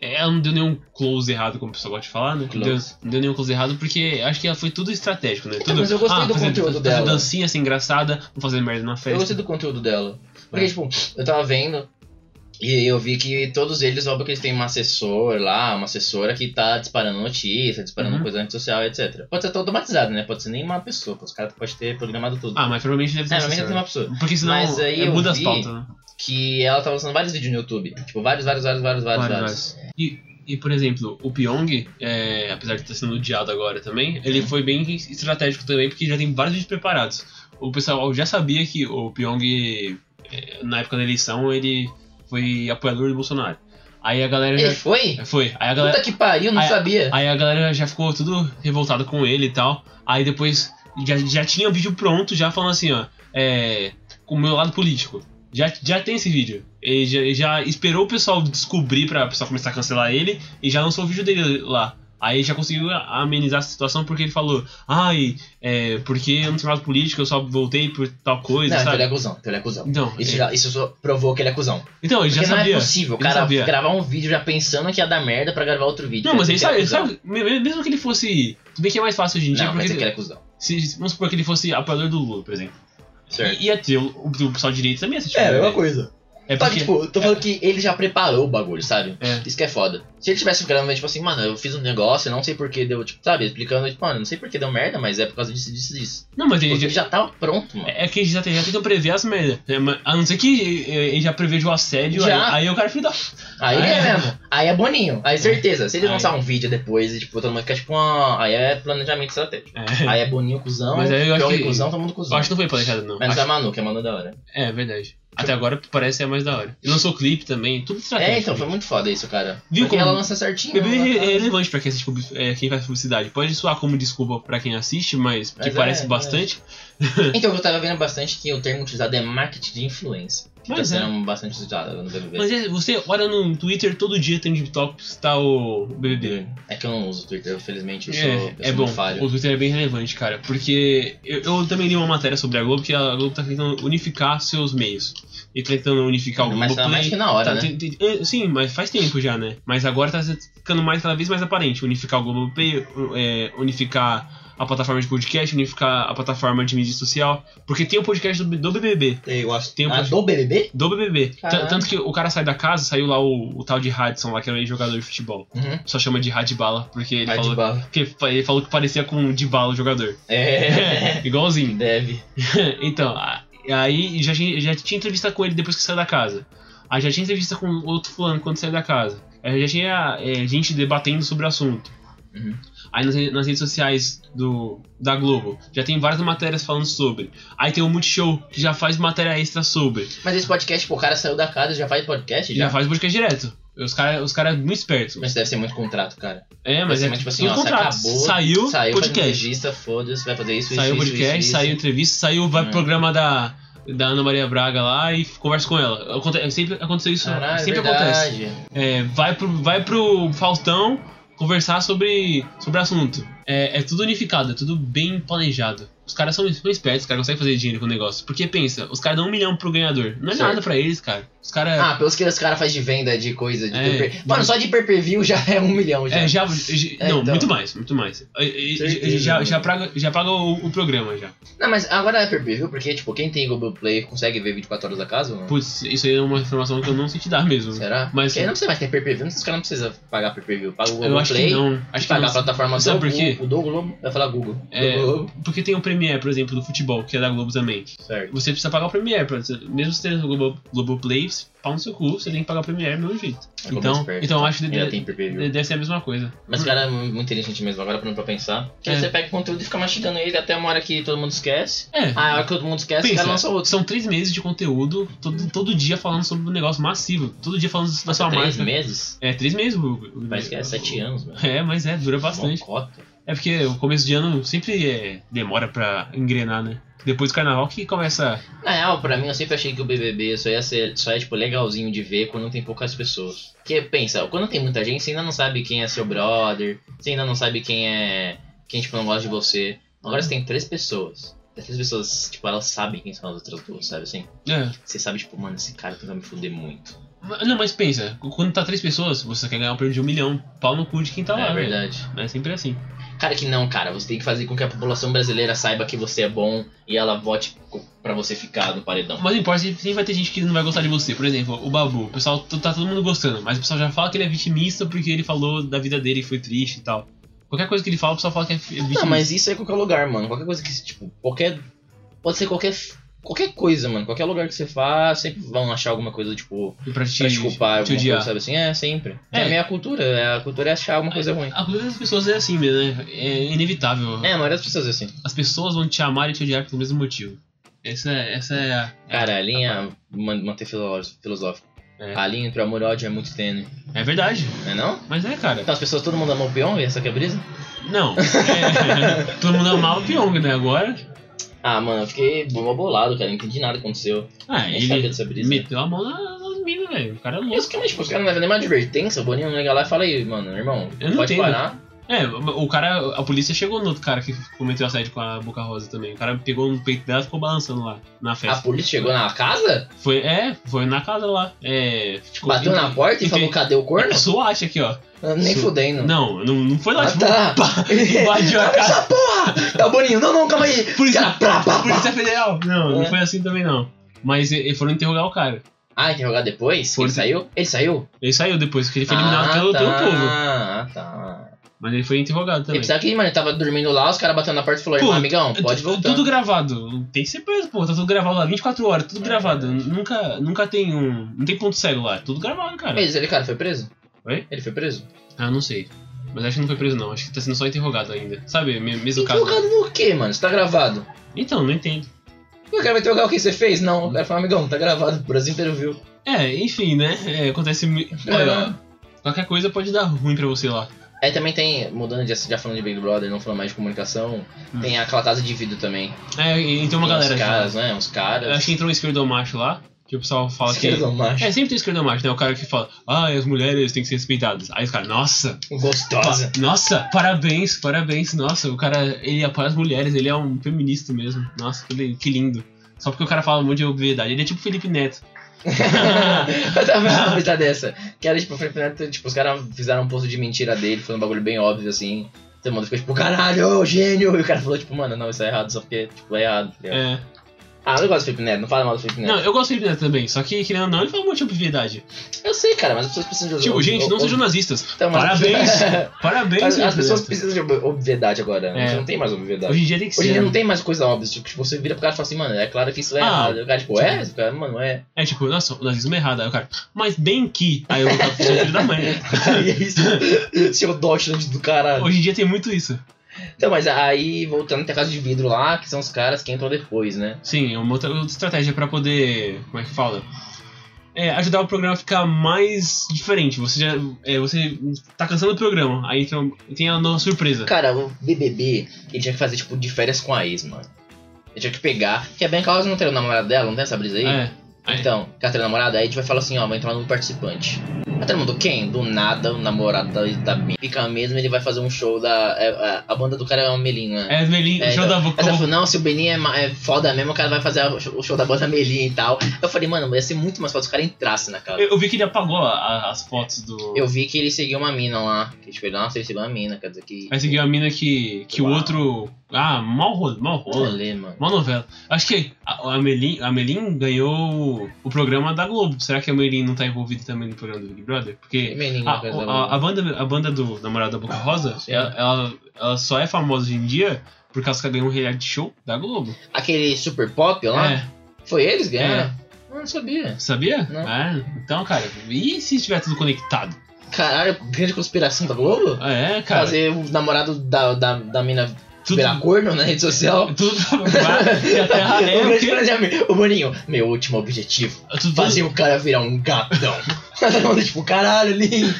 S2: é, Ela não deu nenhum close errado, como o pessoal gosta de falar, né? Não deu,
S1: Close.
S2: não deu nenhum close errado, porque acho que ela foi tudo estratégico, né?
S1: Então,
S2: tudo,
S1: mas eu gostei do
S2: fazer,
S1: conteúdo
S2: fazer
S1: dela.
S2: dancinha assim engraçada, vou fazer merda na
S1: Eu
S2: festa.
S1: gostei do conteúdo dela. Porque,
S2: É.
S1: tipo, eu tava vendo. E eu vi que todos eles, óbvio que eles têm um assessor lá, uma assessora que tá disparando notícia, disparando
S2: Uhum.
S1: coisa antissocial, etc. Pode ser todo automatizado, né? Pode ser nenhuma pessoa, pô, os caras podem ter programado tudo.
S2: Ah, mas provavelmente deve ser.
S1: é, não tem
S2: sincero.
S1: uma pessoa.
S2: Porque senão
S1: Mas aí
S2: é,
S1: eu
S2: muda
S1: vi-
S2: as pautas, né?
S1: Que ela tava lançando vários vídeos no YouTube. Tipo, vários, vários, vários, vários, vários.
S2: Vários,
S1: vários.
S2: vários. E, e, por exemplo, o Pyong, é, apesar de estar sendo odiado agora também, ele foi bem estratégico também, porque já tem vários vídeos preparados. O pessoal já sabia que o Pyong, é, na época da eleição, ele foi apoiador do Bolsonaro. Aí a galera
S1: Ele
S2: já.
S1: foi?
S2: Foi. Aí a galera,
S1: Puta que pariu, não
S2: Aí-
S1: sabia.
S2: aí a galera já ficou tudo revoltada com ele e tal. Aí depois já, já tinha o vídeo pronto, já falando assim, ó. É. Com o meu lado político. Já, já tem esse vídeo. Ele já, ele já esperou o pessoal descobrir pra o pessoal começar a cancelar ele e já lançou o vídeo dele lá. Aí já conseguiu amenizar essa situação porque ele falou: Ai, é, porque eu não tenho mais político, eu só voltei por tal coisa,
S1: não, então ele
S2: sabe?
S1: é cuzão, então ele é cuzão.
S2: Então,
S1: Isso,
S2: é.
S1: já, isso só provou que ele é cuzão.
S2: Então, ele já
S1: Porque não
S2: sabia.
S1: é possível o
S2: Ele
S1: cara
S2: sabia.
S1: gravar um vídeo já pensando que ia dar merda pra gravar outro vídeo.
S2: Não, mas ele
S1: Quer dizer
S2: sabe,
S1: que
S2: ele
S1: cuzão.
S2: sabe- me- mesmo que ele fosse. Tudo bem que é mais fácil hoje em dia,
S1: Não, mas
S2: porque.
S1: é que ele é cuzão.
S2: se, vamos supor que ele fosse apoiador do Lula, por exemplo.
S1: Certo.
S2: E ia ter o, o pessoal de direito também assistindo.
S1: É, a
S2: né?
S1: mesma coisa.
S2: É
S1: Só
S2: porque.
S1: que, tipo, eu tô falando que ele já preparou o bagulho, sabe?
S2: É.
S1: Isso que é foda. Se ele tivesse gravando, tipo assim, mano, eu fiz um negócio, eu não sei porque deu, tipo, sabe? Explicando, tipo, mano, não sei porque deu merda, mas é por causa disso, disso, disso.
S2: Não, mas
S1: Tipo,
S2: ele
S1: Ele
S2: já.
S1: já tava pronto, mano.
S2: É que ele já, tem- já tentam prever as merdas. né? Mas- A não ser que eh, ele já preveja o assédio,
S1: Já.
S2: aí, aí o cara é filho da.
S1: Aí
S2: Ah,
S1: é
S2: é.
S1: mesmo. Aí é boninho. Aí certeza. Se ele
S2: Aí.
S1: lançar um vídeo depois e, tipo, todo mundo fica, tipo, ah, aí é planejamento estratégico.
S2: É.
S1: Aí é boninho, cuzão.
S2: Mas aí eu acho
S1: Pyong
S2: que-
S1: cuzão, todo mundo
S2: Eu
S1: cuzão.
S2: acho que não foi planejado, não.
S1: Menos
S2: Acho-
S1: a Manu, que é a Manu da hora.
S2: É, verdade. Até agora parece ser mais da hora. E lançou clipe também, tudo estratégico.
S1: É, então, foi muito foda isso, cara.
S2: Ah, Viu
S1: Porque
S2: como-
S1: ela lança certinho.
S2: Bebê
S1: ela tá-
S2: é
S1: faz-
S2: relevante pra quem, assiste, publici- é, quem faz publicidade. Pode soar como desculpa pra quem assiste, mas que
S1: Mas é,
S2: parece
S1: é.
S2: bastante.
S1: Então, eu tava vendo bastante que o termo utilizado é marketing de influência. Que
S2: Mas
S1: tá
S2: é.
S1: sendo bastante utilizado no BBB.
S2: Mas é, você olha no Twitter todo dia tem de tops, tá o BBB.
S1: É que eu não uso o Twitter, infelizmente. Eu sou, eu
S2: É, é
S1: sou
S2: bom.
S1: meio falho.
S2: O Twitter é bem relevante, cara. Porque eu, eu também li uma matéria sobre a Globo que a Globo tá tentando unificar seus meios. E tentando unificar o
S1: Mas tá
S2: Globoplay.
S1: mais que na hora,
S2: Tá,
S1: né?
S2: tem- tem- eh, sim, mas faz tempo já, né? Mas agora tá ficando mais, cada vez mais aparente. Unificar o Globoplay, u- eh, unificar a plataforma de podcast, unificar a plataforma de mídia social. Porque tem o podcast do, do BBB.
S1: Eu acho.
S2: tem um
S1: ah,
S2: podcast-
S1: do BBB?
S2: Do BBB. T-
S1: Caralho.
S2: Tanto que o cara sai da casa, saiu lá o, o tal de Hudson, lá que era jogador de futebol.
S1: Uhum. tipo,
S2: Só chama de Radbala, porque ele,
S1: Vai de
S2: falou,
S1: bala.
S2: porque fa- ele falou que parecia com o Dybala, o jogador.
S1: É.
S2: Igualzinho.
S1: Deve.
S2: então, a- aí já, tinha- já tinha entrevista com ele depois que saiu da casa. Aí já tinha entrevista com outro fulano quando saiu da casa. Aí já tinha é, gente debatendo sobre o assunto.
S1: Uhum.
S2: Aí nas, re- nas redes sociais do, da Globo já tem várias matérias falando sobre. Aí tem o Multishow que já faz matéria extra sobre.
S1: Mas esse podcast, pô, o cara saiu da casa, já faz podcast?
S2: Já
S1: Já.
S2: faz podcast direto. Os caras os cara é muito espertos.
S1: Mas deve ser muito contrato, cara.
S2: é,
S1: Deve
S2: mas
S1: ser
S2: é
S1: muito tipo assim,
S2: tudo
S1: ó, você acabou.
S2: Saiu,
S1: saiu faz um
S2: podcast.
S1: entrevista, foda-se, vai fazer isso,
S2: Saiu o
S1: isso, isso,
S2: podcast,
S1: isso,
S2: saiu
S1: isso.
S2: entrevista, saiu vai pro
S1: É.
S2: programa da, da Ana Maria Braga lá e conversa com ela. Aconte- é, sempre aconteceu isso,
S1: Caralho, é
S2: sempre acontece.
S1: verdade.
S2: É, vai, pro, vai pro Faustão conversar sobre sobre assunto. É, é tudo unificado, é tudo bem planejado. Os caras são, são espertos, os caras conseguem fazer dinheiro com o negócio. Porque pensa, os caras dão um milhão pro ganhador. Não é
S1: Certo.
S2: nada pra eles, cara. Os caras.
S1: Ah, pelos que os caras fazem de venda de coisa, de
S2: É,
S1: pay-per-
S2: mas-
S1: Mano, só de pay-per-view já é um milhão, já.
S2: É, já, já-
S1: É,
S2: não,
S1: então.
S2: muito mais, muito mais. É, é,
S1: Certeza,
S2: já,
S1: mano.
S2: já, paga, já paga o, o programa já.
S1: Não, mas agora é pay-per-view, porque, tipo, quem tem Globoplay consegue ver 24 horas da casa? ou não?
S2: Putz, isso aí é uma informação que eu não sei te dar mesmo.
S1: Será?
S2: Mas- é.
S1: porque aí não precisa mais ter pay-per-view, não sei se os caras não precisam pagar pay-per-view. Paga o Globoplay,
S2: Eu acho que não. Acho que
S1: pagar
S2: não.
S1: a plataforma
S2: Sabe
S1: do
S2: por quê?
S1: Google, do Globo, vai falar Google.
S2: É.
S1: Do Globo,
S2: Porque tem o Premiere, por exemplo, do futebol, que é da Globo também.
S1: certo.
S2: Você precisa pagar o Premiere. pra você- Mesmo se tendo o Globo, Globoplay, pau no seu cu, você tem que pagar o Premiere do mesmo jeito.
S1: É como
S2: Então,
S1: esperto.
S2: então eu acho que
S1: Ainda
S2: deve,
S1: tem pay-per-view.
S2: deve ser a mesma coisa.
S1: Mas o cara é muito inteligente mesmo, agora parando pra pensar. Que aí
S2: É.
S1: você pega o conteúdo e fica mastigando ele até uma hora que todo mundo esquece.
S2: É.
S1: Ah, a hora que todo mundo esquece, o
S2: Pensa,
S1: cara lança outro.
S2: são três meses de conteúdo, todo, todo dia falando sobre um negócio massivo. Todo dia falando da sua
S1: Três
S2: marca.
S1: meses?
S2: É, três meses. o- o-
S1: Parece que é sete anos, Tá mano.
S2: É, mas é, dura bastante.
S1: Mocota.
S2: É porque o começo de ano sempre é, demora pra engrenar, né? Depois do carnaval que começa.
S1: Na real, pra mim, eu sempre achei que o BBB só ia ser, só é, tipo, legalzinho de ver quando tem poucas pessoas. Porque, pensa, quando tem muita gente, você ainda não sabe quem é seu brother, você ainda não sabe quem é... Quem, tipo, não gosta de você. Agora você tem três pessoas. As três pessoas, tipo, elas sabem quem são as outras duas, sabe assim?
S2: É,
S1: Você sabe, tipo, mano, esse cara tenta me fuder muito.
S2: Ma- Não, mas pensa, qu- quando tá três pessoas, você quer ganhar um prêmio de um milhão. Pau no cu de quem tá lá.
S1: é
S2: né?
S1: verdade.
S2: É sempre assim.
S1: Cara, que não, cara. Você tem que fazer com que a população brasileira saiba que você é bom e ela vote co- pra você ficar no paredão.
S2: Mas não importa, sempre sempre vai ter gente que não vai gostar de você. Por exemplo, o Babu. O pessoal t- tá todo mundo gostando, mas o pessoal já fala que ele é vitimista porque ele falou da vida dele e foi triste e tal. Qualquer coisa que ele fala, o pessoal fala que é fi- vitimista.
S1: Não, mas isso é qualquer lugar, mano. Qualquer coisa que, tipo, qualquer. Pode ser qualquer. Qualquer coisa, mano. Qualquer lugar que você faça, sempre vão achar alguma coisa, tipo,
S2: E Pra te,
S1: pra te culpar,
S2: te
S1: alguma
S2: odiar.
S1: coisa, sabe assim? É, sempre.
S2: É.
S1: É, meio a cultura. é- A cultura é achar alguma coisa ruim.
S2: A maioria das pessoas é assim mesmo, né? É inevitável.
S1: É, a maioria das pessoas é assim.
S2: As pessoas vão te amar e te odiar pelo mesmo motivo. Essa, é- essa é a.
S1: Cara, a linha. man- Manter filó- filosófico.
S2: É.
S1: A linha entre o amor e o ódio é muito tênue,
S2: É verdade.
S1: não é não?
S2: Mas é, cara.
S1: Então as pessoas, todo mundo amou o peão, essa que é a brisa?
S2: Não. É, todo mundo amava o Pyong, né? Agora.
S1: Ah, mano, eu fiquei bo- bolado, cara. Não entendi nada que aconteceu.
S2: Ah,
S1: Nem sabia
S2: ele
S1: dessa brisa.
S2: meteu a mão na- nas minas, velho. O cara é
S1: E os
S2: louco.
S1: caras, tipo, os caras não levam nenhuma advertência. O Boninho não liga lá e fala aí, mano, irmão,
S2: Eu não
S1: pode
S2: entendo.
S1: parar.
S2: É, o cara, a polícia chegou no outro cara que cometeu assédio com a Boca Rosa também. O cara pegou no peito dela e ficou balançando lá na
S1: A
S2: festa.
S1: polícia chegou na casa?
S2: Foi, é, foi na casa lá. É, ficou-
S1: Bateu na porta e
S2: Entendi.
S1: falou, cadê o corno?
S2: SWAT É, aqui, ó.
S1: Nem
S2: Su-
S1: fudendo.
S2: Não, não, não foi lá,
S1: Ah,
S2: tipo,
S1: tá.
S2: pá, invadiu a
S1: Abre
S2: casa.
S1: essa porra! Tá boninho, não, não, calma aí.
S2: Polícia,
S1: Pra, pra, pra.
S2: polícia Federal. Não, não
S1: É.
S2: foi assim também, não. Mas e- e foram interrogar o cara.
S1: Ah, interrogar depois? Que Ele
S2: Polícia-
S1: saiu? Ele saiu?
S2: Ele saiu depois, porque ele foi eliminado pelo,
S1: tá,
S2: pelo povo.
S1: Ah, tá.
S2: Mas ele foi interrogado também.
S1: Ele pensava que, mano, ele tava dormindo lá, os caras batendo na porta e falaram,
S2: Pô,
S1: irmão, amigão, pode
S2: É
S1: voltar.
S2: Tudo gravado. Tem que ser preso, pô. Tá tudo gravado lá, 24 horas, tudo
S1: É
S2: gravado.
S1: verdade.
S2: Nunca, nunca tem um. Não tem ponto cego lá. Tudo gravado, cara.
S1: Mas ele, cara, foi preso?
S2: Oi?
S1: Ele foi preso?
S2: Ah, não sei. Mas acho que não foi preso, não. Acho que tá sendo só interrogado ainda. Sabe, me- mesmo caso.
S1: Interrogado tá no quê, mano? Isso tá gravado.
S2: Então, não entendo.
S1: O cara vai interrogar o que você fez? Não, o cara falou, amigão, tá gravado, o Brasil inteiro viu.
S2: É, enfim, né? É, acontece. mui- Olha, qualquer coisa pode dar ruim pra você lá.
S1: Aí também tem, mudando de já falando de Big Brother, não falando mais de comunicação,
S2: Hum.
S1: tem aquela casa de vidro também.
S2: É, e tem
S1: Tem
S2: uma galera.
S1: Uns
S2: que-
S1: caras, né? Uns
S2: Eu
S1: caras.
S2: Acho que entrou um esquerdomacho lá, que o pessoal fala
S1: Esquerdo
S2: que.
S1: macho.
S2: É, sempre tem esquerdomacho, né? O cara que fala, ah, as mulheres têm que ser respeitadas. Aí os caras, nossa, pa-
S1: Gostosa.
S2: nossa, parabéns, parabéns, nossa, o cara, ele apoia as mulheres, ele é um feminista mesmo. Nossa, que, li- que lindo. Só porque o cara fala um monte de obviedade. Ele é tipo Felipe Neto.
S1: eu tava vendo uma coisa dessa. Que era tipo, o Felipe Neto, tipo, os caras fizeram um posto de mentira dele, foi um bagulho bem óbvio assim. Todo mundo ficou tipo, caralho, ô, gênio! E o cara falou, tipo, mano, não, isso é errado, só porque, tipo, é errado. tá ligado?
S2: É.
S1: Ah, eu não gosto do Felipe Neto, não fala mal do Felipe Neto.
S2: Não, eu gosto do Felipe Neto também, só que querendo ou não, ele fala um monte de obviedade.
S1: Eu sei, cara, mas as pessoas precisam de
S2: Tipo,
S1: ou-
S2: gente,
S1: ou-
S2: não
S1: ou-
S2: sejam nazistas.
S1: Então, mas-
S2: Parabéns, parabéns,
S1: As, as
S2: Felipe
S1: pessoas
S2: Neto.
S1: precisam de ob- obviedade agora. né?
S2: É.
S1: A gente não tem mais obviedade.
S2: Hoje em dia tem que né?
S1: Hoje em dia
S2: ser.
S1: não tem mais coisa óbvia. Tipo, que você vira pro cara e fala assim, mano, é claro que isso é
S2: Ah,
S1: errado. E O cara, tipo,
S2: sim.
S1: é? O cara, mano, é.
S2: É tipo, nossa, o nazismo é errado. Aí o cara, mas bem que. Aí eu vou sou filho da mãe.
S1: e é isso. Seu Deutschland do caralho.
S2: Hoje em dia tem muito isso.
S1: Então, mas aí, voltando, tem a casa de vidro lá, que são os caras que entram depois, né?
S2: Sim, é uma outra, outra estratégia pra poder. Como é que fala? É, ajudar o programa a ficar mais diferente. Você já. é, você tá cansando do programa, aí então tem a nova surpresa.
S1: Cara, o BBB, ele tinha que fazer, tipo, de férias com a ex, mano. Ele tinha que pegar, que é bem que ela não tem o namorado dela, não tem essa brisa aí?
S2: É. Aí,
S1: Então, que ela tem namorada, aí a gente vai falar assim, ó, vai entrar um novo participante. Aí todo mundo, quem? Do nada, o namorado da, da Mica mesmo, ele vai fazer um show da... é, a, a banda do cara é o Melim, né?
S2: é, Melim,
S1: É,
S2: show
S1: então,
S2: da
S1: Aí ela
S2: boca.
S1: falou, não, se o Benin é, ma- é foda mesmo, o cara vai fazer a- o show da banda Melim e tal. Eu falei, mano, ia ser muito mais foda se o cara entrasse na casa.
S2: Eu, eu vi que ele apagou a- as fotos do.
S1: Eu vi que ele seguiu uma mina lá. Que, tipo, ele, nossa, ele seguiu uma mina, quer dizer que.
S2: Aí seguiu a mina que. que o
S1: Uau.
S2: outro. Ah, mal rolo, mal rolo.
S1: Olê, mano.
S2: Uma novela. Acho que a a Melim, a Melim ganhou o- o programa da Globo. Será que a Melim não tá envolvida também no programa do Big Brother? Porque
S1: Menino,
S2: Ah, a,
S1: quer dizer,
S2: a, a banda, a banda do Namorado da Boca Rosa,
S1: Sim.
S2: ela, ela, ela só é famosa hoje em dia por causa que ela ganhou um reality show da Globo.
S1: Aquele super pop lá,
S2: É,
S1: foi eles que ganharam? Eu não sabia.
S2: sabia?
S1: Não.
S2: É, então, cara, e se estiver tudo conectado?
S1: Caralho, grande conspiração da Globo?
S2: É, cara.
S1: Fazer o namorado da, da, da mina
S2: tudo,
S1: virar corno na rede social.
S2: tudo pra e a Terra é
S1: o,
S2: o
S1: grande
S2: quê?
S1: planejamento. o Boninho, meu último objetivo,
S2: Tudo-
S1: fazer o cara virar um gatão. Todo mundo, tipo, caralho, lindo.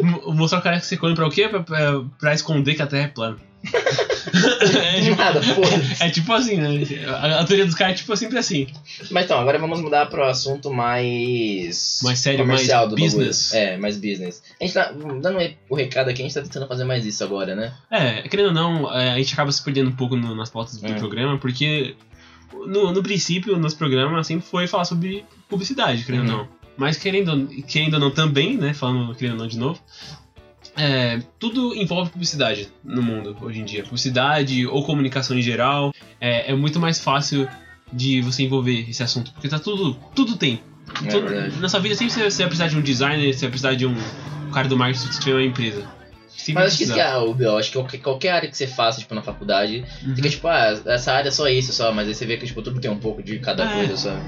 S2: mo- Mostrar o cara que você come pra o quê? Pra, pra, pra esconder que a Terra é plana. é,
S1: De
S2: tipo,
S1: nada, foda-se.
S2: É tipo assim, né? A, a teoria dos caras é tipo sempre assim.
S1: Mas então, agora vamos mudar pro assunto mais.
S2: Mais sério, mais
S1: comercial do
S2: business.
S1: bagulho. É, mais business. A gente tá. Dando o recado aqui, a gente tá tentando fazer mais isso agora, né?
S2: É, querendo ou não, é, a gente acaba se perdendo um pouco no- nas pautas do
S1: É.
S2: programa, porque no, no princípio, nosso programa sempre foi falar sobre publicidade, querendo
S1: Uhum.
S2: ou não. Mas querendo, querendo ou não também, né? Falando querendo ou não de novo. é, tudo envolve publicidade no mundo hoje em dia. Publicidade ou comunicação em geral. É, é muito mais fácil de você envolver esse assunto, porque tá tudo. Tudo tem.
S1: É
S2: Tudo-
S1: verdade.
S2: nessa vida sempre você você vai precisar de um designer, você vai precisar de um cara do marketing se tiver uma empresa. Sempre
S1: Mas acho que isso
S2: precisa.
S1: que é o B.O., acho que qualquer, qualquer área que você faça, tipo, na faculdade,
S2: Uhum.
S1: fica tipo, ah, essa área é só isso, só, mas aí você vê que, tipo, tudo tem um pouco de cada
S2: É.
S1: coisa, sabe?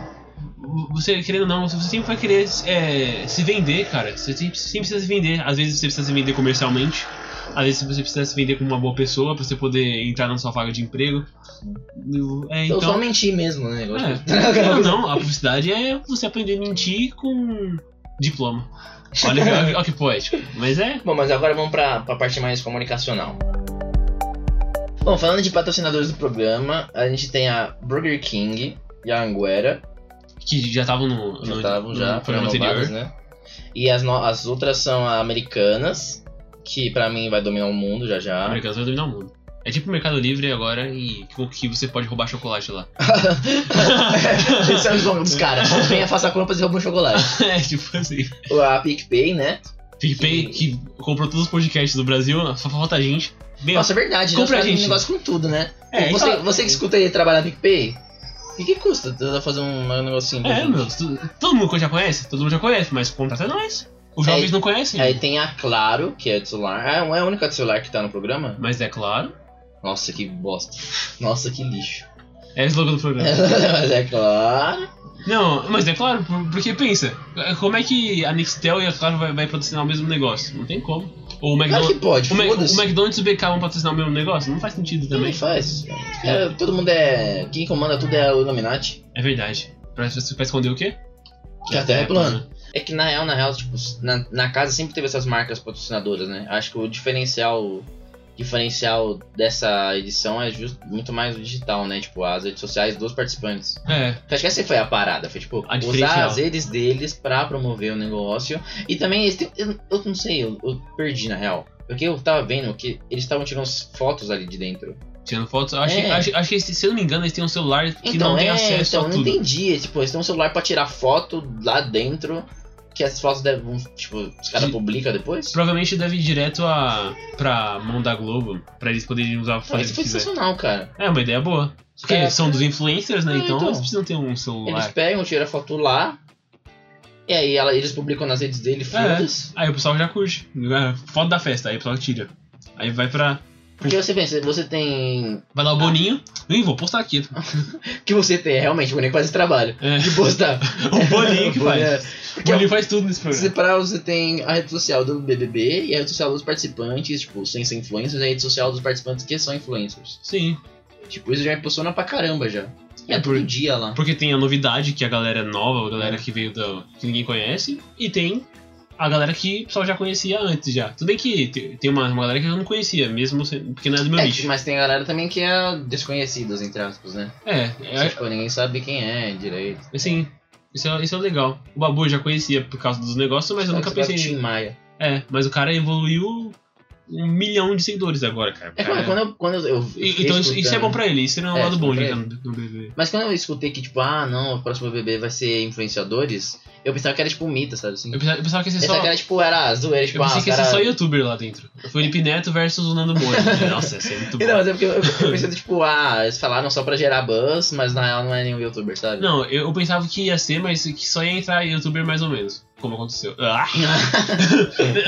S2: Você, querendo ou não, você sempre vai querer é, se vender, cara. Você sempre, sempre precisa se vender. Às vezes você precisa se vender comercialmente. Às vezes você precisa se vender como uma boa pessoa pra você poder entrar na sua vaga de emprego. É,
S1: Eu só
S2: então,
S1: menti mesmo, né? Eu acho que-
S2: querendo ou não, a publicidade é você aprender a mentir com diploma. Olha, que- olha, que- olha que poético. Mas é,
S1: Bom, mas agora vamos pra, pra parte mais comunicacional. Bom, falando de patrocinadores do programa, a gente tem a Burger King e a Anguera.
S2: que já estavam no,
S1: Já
S2: no-
S1: estavam
S2: no
S1: já né?
S2: programa anterior.
S1: renovadas, né? E as, no- as outras são a americanas, que pra mim vai dominar o mundo já já.
S2: O mercado vai dominar o mundo. É tipo o Mercado Livre agora e que- que você pode roubar chocolate lá.
S1: Esse é o slogan dos caras. Venha, faça compras e rouba um chocolate.
S2: é tipo assim.
S1: A PicPay, né?
S2: PicPay que comprou todos os podcasts do Brasil, só falta a gente. Meu,
S1: Nossa, é verdade. né? Os
S2: Compra a
S1: caras têm
S2: gente.
S1: negócio com tudo, né?
S2: É,
S1: você,
S2: então-
S1: você que escuta aí trabalhar no PicPay, o que, que custa tu fazer um negocinho?
S2: é, meu, tu- todo mundo já conhece? Todo mundo já conhece, mas contrata nós. Os jovens
S1: É,
S2: não conhecem.
S1: Aí tem a Claro, que é de celular. Ah, não é a única de celular que tá no programa?
S2: Mas é claro,
S1: Nossa, que bosta. Nossa, que lixo.
S2: é o slogan do programa.
S1: Mas é claro.
S2: Não, mas é claro, por- porque pensa, como é que a Nextel e a Claro vai, vai patrocinar o mesmo negócio? Não tem como. Ou o
S1: Claro
S2: McDonald's.
S1: é que pode,
S2: O, Mac- o
S1: foda-se.
S2: McDonald's e o BK vão patrocinar o mesmo negócio? Não faz sentido
S1: Também
S2: também.
S1: faz. É, todo mundo é. Quem comanda tudo é o Illuminati.
S2: É verdade. Pra, pra esconder o quê?
S1: Que a Terra é plana. É que na real, na real, tipo, na, na casa sempre teve essas marcas patrocinadoras, né? Acho que o diferencial diferencial dessa edição é just, muito mais o digital, né? Tipo, as redes sociais dos participantes.
S2: É,
S1: Acho que essa foi a parada, foi tipo, usar
S2: A diferencial.
S1: as redes deles pra promover o negócio. E também eles têm, eu, eu não sei, eu, eu perdi na real. Porque eu tava vendo que eles estavam tirando as fotos ali de dentro.
S2: tirando fotos. Acho, que-
S1: É.
S2: acho, acho que, se se eu não me engano, eles têm um celular que não tem
S1: é,
S2: acesso
S1: então,
S2: a
S1: eu não
S2: tudo.
S1: entendi. Tipo, eles têm um celular pra tirar foto lá dentro. Que essas fotos devem, tipo, os caras
S2: De-
S1: publicam depois.
S2: Provavelmente deve ir direto a, pra mão da Globo, pra eles poderem usar
S1: Não,
S2: fazer
S1: isso
S2: o
S1: foi
S2: que quiser.
S1: sensacional, cara.
S2: É uma ideia boa. Porque
S1: É.
S2: eles são dos influencers, né?
S1: É,
S2: então,
S1: então.
S2: eles precisam ter um
S1: Eles
S2: celular.
S1: pegam, tiram a foto lá. E aí ela- eles publicam nas redes
S2: É.
S1: dele, foda-se.
S2: Aí o pessoal já curte. Ah, Foto da festa, aí o pessoal tira. Aí vai pra.
S1: Porque você pensa, você tem.
S2: Vai lá o Boninho. Ih, vou postar aqui.
S1: Que você tem, é realmente, o Boninho que faz esse trabalho.
S2: É,
S1: De postar.
S2: o Boninho que faz.
S1: É,
S2: O
S1: Porque
S2: Boninho faz tudo nesse
S1: você, pra,
S2: programa.
S1: você tem a rede social do BBB e a rede social dos participantes, tipo, sem ser influencers, e a rede social dos participantes que são influencers.
S2: Sim.
S1: Tipo, isso já impulsiona pra caramba já.
S2: É,
S1: É por dia lá.
S2: Porque tem a novidade, que a galera é nova, a galera que veio da. que ninguém conhece. E tem a galera que o pessoal já conhecia antes já. Tudo bem que te- tem uma, uma galera que eu não conhecia, mesmo sendo- porque não é do meu
S1: É,
S2: nicho.
S1: mas tem a galera também que é desconhecidas, entre aspas, né?
S2: É,
S1: É.
S2: é
S1: Tipo, ninguém sabe quem é direito.
S2: assim. Isso é, isso é legal. O Babu eu já conhecia por causa dos negócios, mas eu nunca
S1: É, Você vai pro
S2: pensei.
S1: Tim Maia.
S2: É, mas o cara evoluiu um milhão de seguidores agora, cara.
S1: É,
S2: Cara,
S1: quando, quando eu. Quando eu, eu
S2: E-
S1: fiquei
S2: Então isso, isso é
S1: escutando-
S2: bom pra ele, isso não é um
S1: É,
S2: lado
S1: isso é
S2: bom
S1: bom
S2: de
S1: pra
S2: entrar no, no BBB.
S1: Mas quando eu escutei que, tipo, ah, não, o próximo bebê vai ser influenciadores, eu pensava que era, tipo, um mita, sabe assim?
S2: Eu
S1: Eu
S2: pensava, eu pensava que ia ser só.
S1: pensava que era, tipo, era zoeira,
S2: Eu
S1: tipo, ah,
S2: pensei
S1: os
S2: que ia ser
S1: cara...
S2: só youtuber lá dentro. Felipe Neto versus o Nando Moura. né? Nossa, ia ser muito bom.
S1: Não, mas é porque eu, eu pensei, tipo, ah, eles falaram só pra gerar buzz, mas na real não é nenhum youtuber, sabe?
S2: Não, eu, eu pensava que ia ser, mas que só ia entrar youtuber mais ou menos. Como aconteceu. Ah!